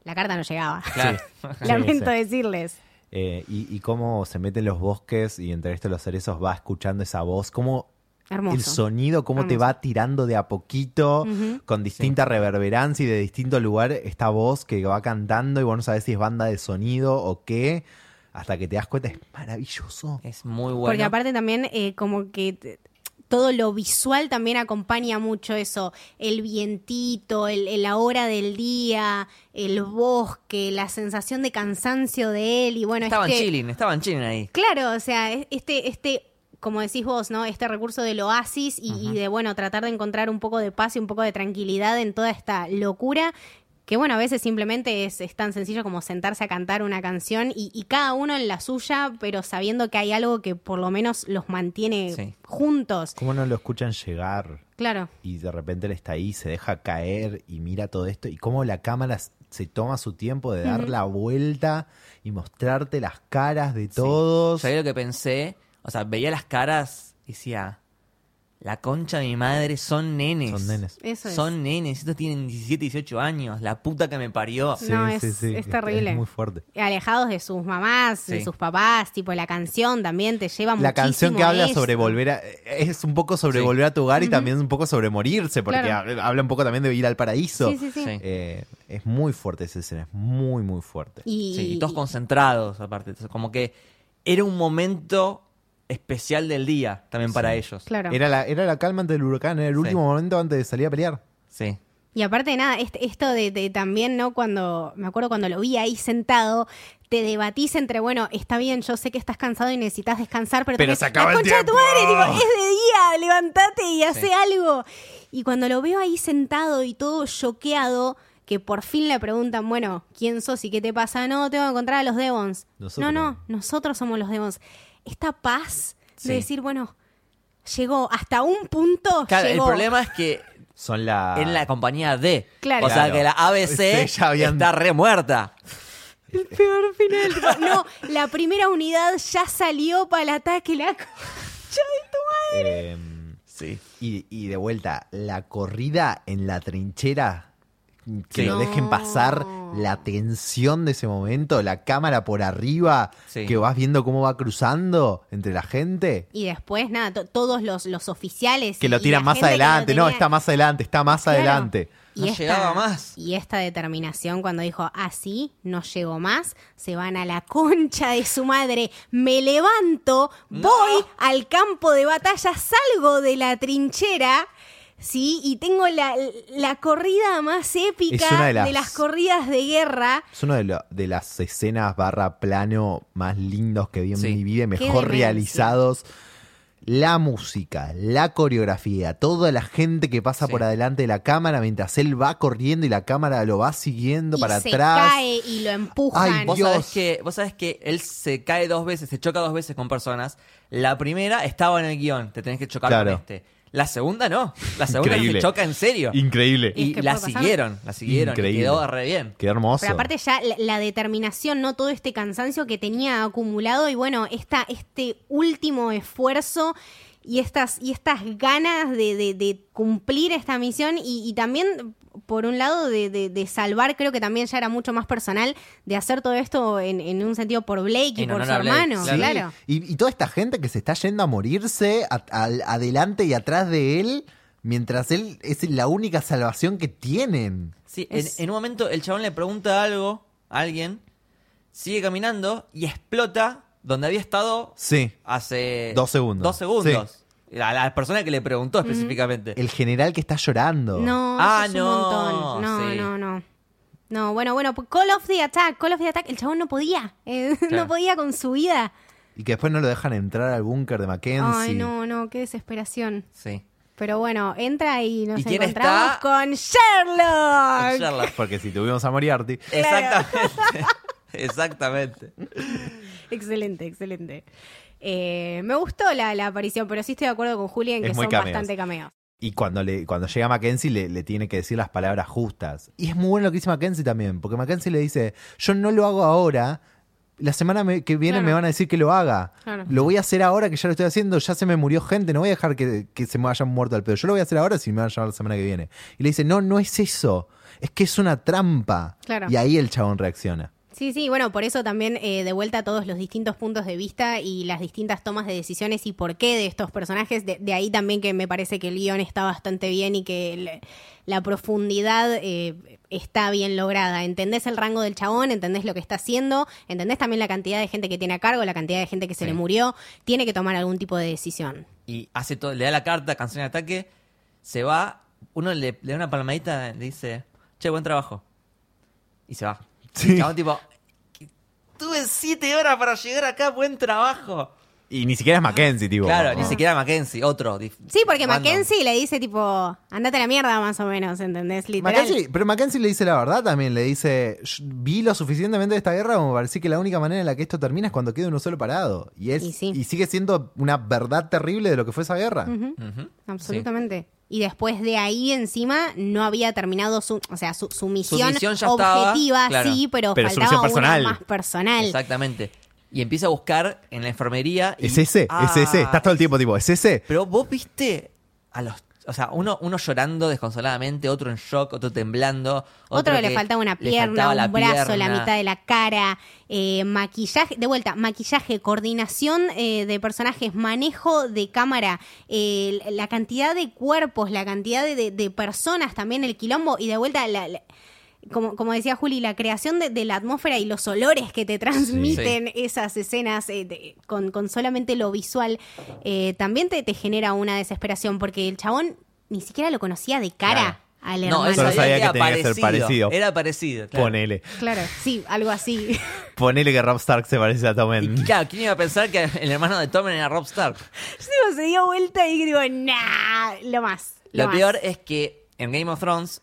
S2: la carta no llegaba.
S1: Claro.
S2: Lamento
S3: sí.
S2: decirles.
S3: eh, y, y cómo se mete en los bosques y entre estos los cerezos va escuchando esa voz, cómo
S2: Hermoso.
S3: El sonido, cómo te
S2: Hermoso.
S3: va tirando de a poquito, con distinta reverberancia y de distinto lugar, esta voz que va cantando y vos no sabés si es banda de sonido o qué, hasta que te das cuenta, es maravilloso.
S1: Es muy bueno.
S2: Porque aparte también eh, como que t- todo lo visual también acompaña mucho eso, el vientito, el, el la hora del día, el bosque, la sensación de cansancio de él y bueno,
S1: estaban
S2: este-
S1: chilling, estaban chilling ahí.
S2: Claro, o sea, es- este, este, como decís vos, ¿no? Este recurso del oasis y, y de, bueno, tratar de encontrar un poco de paz y un poco de tranquilidad en toda esta locura. Que bueno, a veces simplemente es, es tan sencillo como sentarse a cantar una canción y, y cada uno en la suya, pero sabiendo que hay algo que por lo menos los mantiene
S1: Sí.
S2: juntos.
S3: ¿Cómo no lo escuchan llegar?
S2: Claro.
S3: y de repente él está ahí, se deja caer y mira todo esto y cómo la cámara s- se toma su tiempo de dar la vuelta y mostrarte las caras de todos.
S1: Yo ahí lo que pensé, o sea, veía las caras y decía, la concha de mi madre son nenes.
S3: Son nenes.
S2: Eso es.
S1: Son nenes, estos tienen 17, 18 años, la puta que me parió.
S2: No, es- es
S3: Es-
S2: terrible.
S3: Es muy fuerte.
S2: Alejados de sus mamás, de
S1: Sí.
S2: sus papás, tipo la canción también te lleva muchísimo.
S3: La canción que habla
S2: a
S3: sobre
S2: esto.
S3: volver a. Es un poco sobre
S1: Sí.
S3: volver a tu hogar y también un poco sobre morirse, porque
S2: Claro.
S3: hab- habla un poco también de ir al paraíso.
S2: Sí, sí, sí.
S1: Sí.
S3: Eh, es muy fuerte esa escena, es muy, muy fuerte.
S2: Y,
S1: Sí, y todos concentrados, aparte. Entonces, como que era un momento especial del día también para ellos.
S2: claro.
S3: Era, la, era la calma antes del huracán, era el
S1: Sí.
S3: último momento antes de salir a pelear.
S1: Sí.
S2: Y aparte de nada, est- esto de, de también, ¿no? Cuando, me acuerdo cuando lo vi ahí sentado, te debatís entre, bueno, está bien, yo sé que estás cansado y necesitas descansar, pero,
S3: Pero
S2: también,
S3: se acaba
S2: la
S3: el
S2: concha de tu
S3: tiempo".
S2: madre, tipo, es de día, levántate y hace algo. Y cuando lo veo ahí sentado y todo choqueado, que por fin le preguntan, bueno, ¿quién sos y qué te pasa? No, tengo que encontrar a los Devons.
S3: Nosotros.
S2: No, no, nosotros somos los Devons. Esta paz
S1: Sí.
S2: de decir, bueno, llegó hasta un punto.
S1: Claro, el
S2: Oh, llegó.
S1: problema es que
S3: Son la.
S1: en la compañía D.
S2: Claro.
S1: O sea,
S3: Claro.
S1: que la ABC
S3: Ah. Sí, ya habían-
S1: está re muerta.
S2: El peor final. Tipo, No, la primera unidad ya salió para el ataque. La concha de tu madre.
S3: em,
S1: Sí.
S3: Y, y de vuelta, la corrida en la trinchera, que
S1: Sí.
S3: lo dejen pasar, la tensión de ese momento, la cámara por arriba,
S1: Sí.
S3: que vas viendo cómo va cruzando entre la gente.
S2: Y después, nada, to- todos los, los oficiales.
S3: Que lo
S2: y
S3: tiran
S2: la
S3: más
S2: gente que lo
S3: adelante, no,
S2: tenía-
S3: está más adelante, está más
S2: Claro.
S3: adelante.
S1: No llegaba más.
S2: Y esta determinación cuando dijo, así no llego más, se van a la concha de su madre, me levanto, voy al campo de batalla, salgo de la trinchera, ¿sí? Y tengo la, la corrida más épica
S3: una de
S2: de las...
S3: las-
S2: corridas de guerra.
S3: Es una de, lo- de las escenas barra plano más lindos que vi en
S1: Sí.
S3: mi vida, mejor
S2: demencia.
S3: realizados. La música, la coreografía, toda la gente que pasa
S1: Sí.
S3: por adelante de la cámara mientras él va corriendo y la cámara lo va siguiendo
S2: Y
S3: para
S2: se
S3: atrás.
S2: cae y lo empujan.
S3: Ay,
S1: Vos
S3: Dios.
S1: sabés, que, vos sabés que él se cae dos veces, se choca dos veces con personas. La primera estaba en el guión, te tenés que chocar
S3: Claro.
S1: con este. La segunda no. La segunda
S3: Increíble.
S1: se choca en serio.
S3: Increíble.
S1: Y
S2: Es que
S1: la
S2: puede pasar.
S1: siguieron, la siguieron.
S3: Increíble.
S1: Y quedó re bien.
S3: Qué hermoso.
S2: Pero aparte ya la, la determinación, no todo este cansancio que tenía acumulado y bueno, esta, este último esfuerzo y estas, y estas ganas de, de- de cumplir esta misión y, y también, por un lado, de, de- de salvar, creo que también ya era mucho más personal, de hacer todo esto en, en un sentido por Blake y
S1: En
S2: por
S1: honor
S2: su
S1: a Blake,
S2: hermano,
S1: claro.
S2: claro.
S1: Sí.
S3: Y, y toda esta gente que se está yendo a morirse a- al- adelante y atrás de él, mientras él es la única salvación que tienen.
S1: Sí,
S2: Es-
S1: en, en un momento el chabón le pregunta algo a alguien, sigue caminando y explota donde había estado
S3: Sí.
S1: hace...
S3: Dos segundos.
S1: Dos segundos. A la persona que le preguntó
S2: Mm.
S1: específicamente.
S3: El general que está llorando.
S2: No,
S1: Ah,
S2: eso es
S1: no,
S2: un montón. No,
S1: sí.
S2: no, no. No, bueno, bueno, pues Call of the Attack, Call of the Attack, el chabón no podía, eh,
S1: Claro.
S2: no podía con su vida.
S3: Y que después no lo dejan entrar al búnker de Mackenzie.
S2: Ay, no, no, qué desesperación.
S1: Sí.
S2: Pero bueno, entra y nos
S1: ¿Y quién
S2: encontramos
S1: está?
S2: con Sherlock.
S1: Sherlock.
S3: Porque si tuvimos a Moriarty.
S1: Exactamente. Exactamente.
S2: Excelente, excelente. Eh, me gustó la, la aparición, pero sí estoy de acuerdo con Julia en
S3: Es
S2: que
S3: muy
S2: son
S3: cameos.
S2: bastante cameos.
S3: Y cuando, le, cuando llega Mackenzie le, le tiene que decir las palabras justas. Y es muy bueno lo que dice Mackenzie también, porque Mackenzie le dice, yo no lo hago ahora, la semana me- que viene
S2: Claro.
S3: me van a decir que lo haga.
S2: Claro.
S3: Lo voy a hacer ahora que ya lo estoy haciendo, ya se me murió gente, no voy a dejar que, que se me hayan muerto al pedo. Yo lo voy a hacer ahora si me van a llamar la semana que viene. Y le dice, no, no es eso, es que es una trampa.
S2: Claro.
S3: Y ahí el chabón reacciona.
S2: Sí, sí, bueno, por eso también eh, de vuelta a todos los distintos puntos de vista y las distintas tomas de decisiones y por qué de estos personajes. De, de ahí también que me parece que el guión está bastante bien y que el- la profundidad eh, está bien lograda. Entendés el rango del chabón, entendés lo que está haciendo, entendés también la cantidad de gente que tiene a cargo, la cantidad de gente que se
S1: Sí.
S2: le murió. Tiene que tomar algún tipo de decisión.
S1: Y hace todo, le da la carta, canción de ataque, se va, uno le, le da una palmadita, le dice, che, buen trabajo. Y se va.
S3: Sí.
S1: Y el chabón tipo, tuve siete horas para llegar acá, buen trabajo.
S3: Y ni siquiera es Mackenzie, tipo.
S1: Ah. Claro, ni siquiera Mackenzie, otro. dif-
S2: Sí, porque
S1: random.
S2: Mackenzie le dice tipo, andate a la mierda más o menos, ¿entendés? Literal.
S3: Mackenzie, pero Mackenzie le dice la verdad también, le dice, "Yo vi lo suficientemente de esta guerra como para decir que la única manera en la que esto termina es cuando quede uno solo parado. Y, es,
S2: Y
S3: y,
S2: sí.
S3: sigue siendo una verdad terrible de lo que fue esa guerra.
S1: Ujú,
S2: Absolutamente. Y después de ahí encima no había terminado su, o sea, su, su misión,
S1: misión ya estaba,
S2: objetiva,
S1: claro.
S2: sí, pero,
S3: Pero su
S2: faltaba
S3: misión
S2: una
S3: personal.
S2: más personal.
S1: Exactamente. Y empieza a buscar en la enfermería. y-
S3: Es ese,
S1: Ah,
S3: es ese, estás todo el tiempo tipo, es ese.
S1: Pero vos viste a los. O sea, uno, uno llorando desconsoladamente, otro en shock, otro temblando.
S2: Otro, que le faltaba una
S1: le
S2: pierna,
S1: faltaba la
S2: un brazo, la
S1: pierna.
S2: mitad de la cara, eh, maquillaje, de vuelta, maquillaje, coordinación eh, de personajes, manejo de cámara, eh, la cantidad de cuerpos, la cantidad de, de- de personas también, el quilombo y de vuelta, la- la- como, como decía Juli, la creación de, de la atmósfera y los olores que te transmiten esas escenas eh, de- con, con solamente lo visual, eh, también te, te genera una desesperación porque el chabón ni siquiera lo conocía de cara.
S1: Claro.
S2: Al
S1: No,
S2: hermano.
S1: él
S3: Solo sabía que tenía que ser parecido.
S1: Era parecido. claro.
S3: Ponele,
S2: Claro, sí, algo así.
S3: ponele que Rob Stark se parece a Tom
S1: Y
S3: Hendy.
S1: claro, ¿quién iba a pensar que el hermano de Tommen era Rob Stark?
S2: Digo, se dio vuelta y digo, nah, lo más.
S1: Lo
S2: más".
S1: peor es que en Game of Thrones,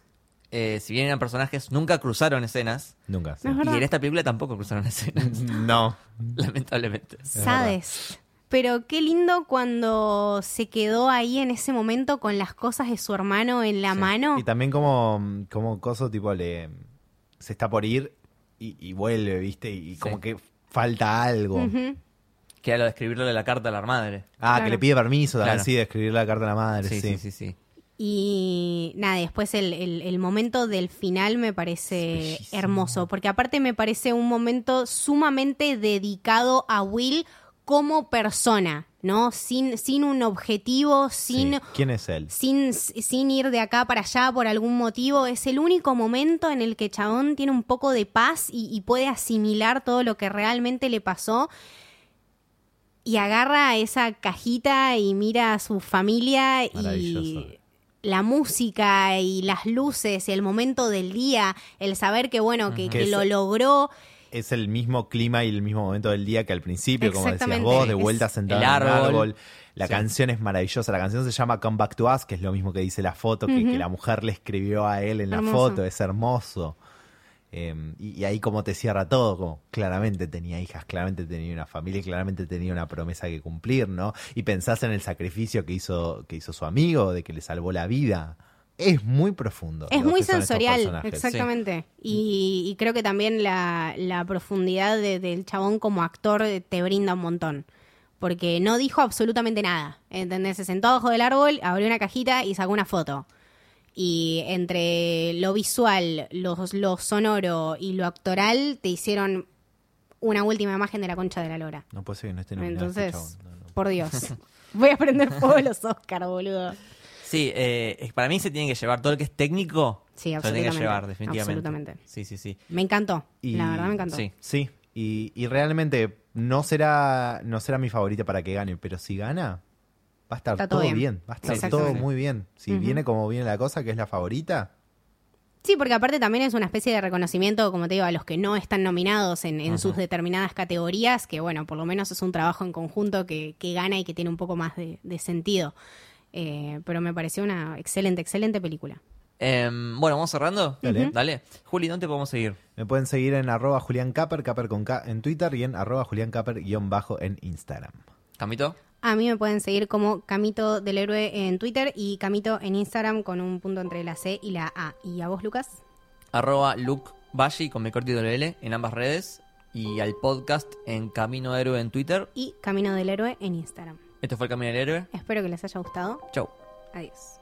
S1: eh, si bien eran personajes, nunca cruzaron escenas.
S3: Nunca. sí.
S2: No,
S1: Y
S2: verdad.
S1: en esta película tampoco cruzaron escenas,
S3: No.
S1: lamentablemente.
S2: Sabes. Pero qué lindo cuando se quedó ahí en ese momento con las cosas de su hermano en la
S1: Ah,
S2: mano.
S3: Y también como, como Coso, tipo, le se está por ir y, y vuelve, ¿viste? Y, como que falta algo.
S2: Ujú.
S1: Que era lo de escribirle la carta a la madre.
S3: Ah,
S2: Claro.
S3: que le pide permiso también,
S1: Claro.
S3: sí, de escribir la carta a la madre,
S1: Sí,
S3: sí.
S1: sí, sí, sí.
S2: Y nada, después el, el- el momento del final me parece
S3: bellísimo.
S2: hermoso, porque aparte me parece un momento sumamente dedicado a Will como persona, ¿no? Sin, sin un objetivo, sin
S3: Sí. ¿Quién es él?
S2: sin, sin ir de acá para allá por algún motivo. Es el único momento en el que Chabón tiene un poco de paz y, y puede asimilar todo lo que realmente le pasó. Y agarra esa cajita y mira a su familia
S3: Maravilloso.
S2: y la música y las luces, el momento del día, el saber que bueno, que, que
S3: Que
S2: lo
S3: es-
S2: logró.
S3: Es el mismo clima y el mismo momento del día que al principio, como decías
S2: Exactamente.
S3: vos, de
S2: Es
S3: vuelta sentado
S1: el
S3: en un
S1: árbol.
S3: árbol. La
S1: Sí.
S3: canción es maravillosa. La canción se llama Come Back to Us, que es lo mismo que dice la foto, que, que la mujer le escribió a él en la
S2: Hermoso.
S3: foto. Es hermoso. Eh, y, y ahí como te cierra todo, como claramente tenía hijas, claramente tenía una familia, y claramente tenía una promesa que cumplir, ¿no? Y pensás en el sacrificio que hizo, que hizo su amigo, de que le salvó la vida. Es muy profundo.
S2: Es
S3: lo
S2: muy
S3: que son estos
S2: sensorial,
S3: personajes.
S2: exactamente. Y, y creo que también la, la profundidad de- del chabón como actor te brinda un montón. Porque no dijo absolutamente nada. ¿Entendés? Se sentó abajo del árbol, abrió una cajita y sacó una foto. Y entre lo visual, lo, lo sonoro y lo actoral, te hicieron una última imagen de la concha de la lora.
S3: No puede ser que no esté nominado este
S2: Entonces,
S3: chabón. No, no.
S2: por Dios. Voy a prender fuego a los Oscar, boludo.
S1: Sí, eh, es- para mí se tiene que llevar todo lo que es técnico.
S2: Sí,
S1: Se lo tiene que
S2: absolutamente,
S1: llevar, definitivamente.
S2: absolutamente.
S1: Sí, sí, sí.
S2: Me encantó.
S3: Y-
S2: la verdad me encantó.
S1: sí.
S3: Sí, y, y realmente no será, no será mi favorita para que gane, pero si gana, va a estar
S2: Está todo
S3: todo bien.
S2: bien.
S3: va a estar
S1: Sí,
S3: todo
S1: exactamente.
S3: muy bien. Si viene como viene la cosa, que es la favorita,
S2: Sí, porque aparte también es una especie de reconocimiento, como te digo, a los que no están nominados en, en sus
S1: Ajá.
S2: determinadas categorías, que bueno, por lo menos es un trabajo en conjunto que, que gana y que tiene un poco más de, de sentido. Eh, pero me pareció una excelente, excelente película.
S1: Em, bueno, ¿vamos cerrando?
S3: Dale. Ujú.
S1: Dale. Juli, ¿dónde podemos seguir?
S3: me pueden seguir en arroba Julián Caper, Caper con K en Twitter y en arroba Julián Caper guión bajo en Instagram.
S1: ¿Camito?
S2: A mí me pueden seguir como Camito del Héroe en Twitter y Camito en Instagram con un punto entre la C y la A. ¿Y a vos, Lucas?
S1: Arroba Luke Valle con mi corte WL en ambas redes. Y al podcast en Camino Héroe en Twitter.
S2: Y Camino del Héroe en Instagram.
S1: Esto fue el Camino del Héroe.
S2: Espero que les haya gustado.
S1: Chau.
S2: Adiós.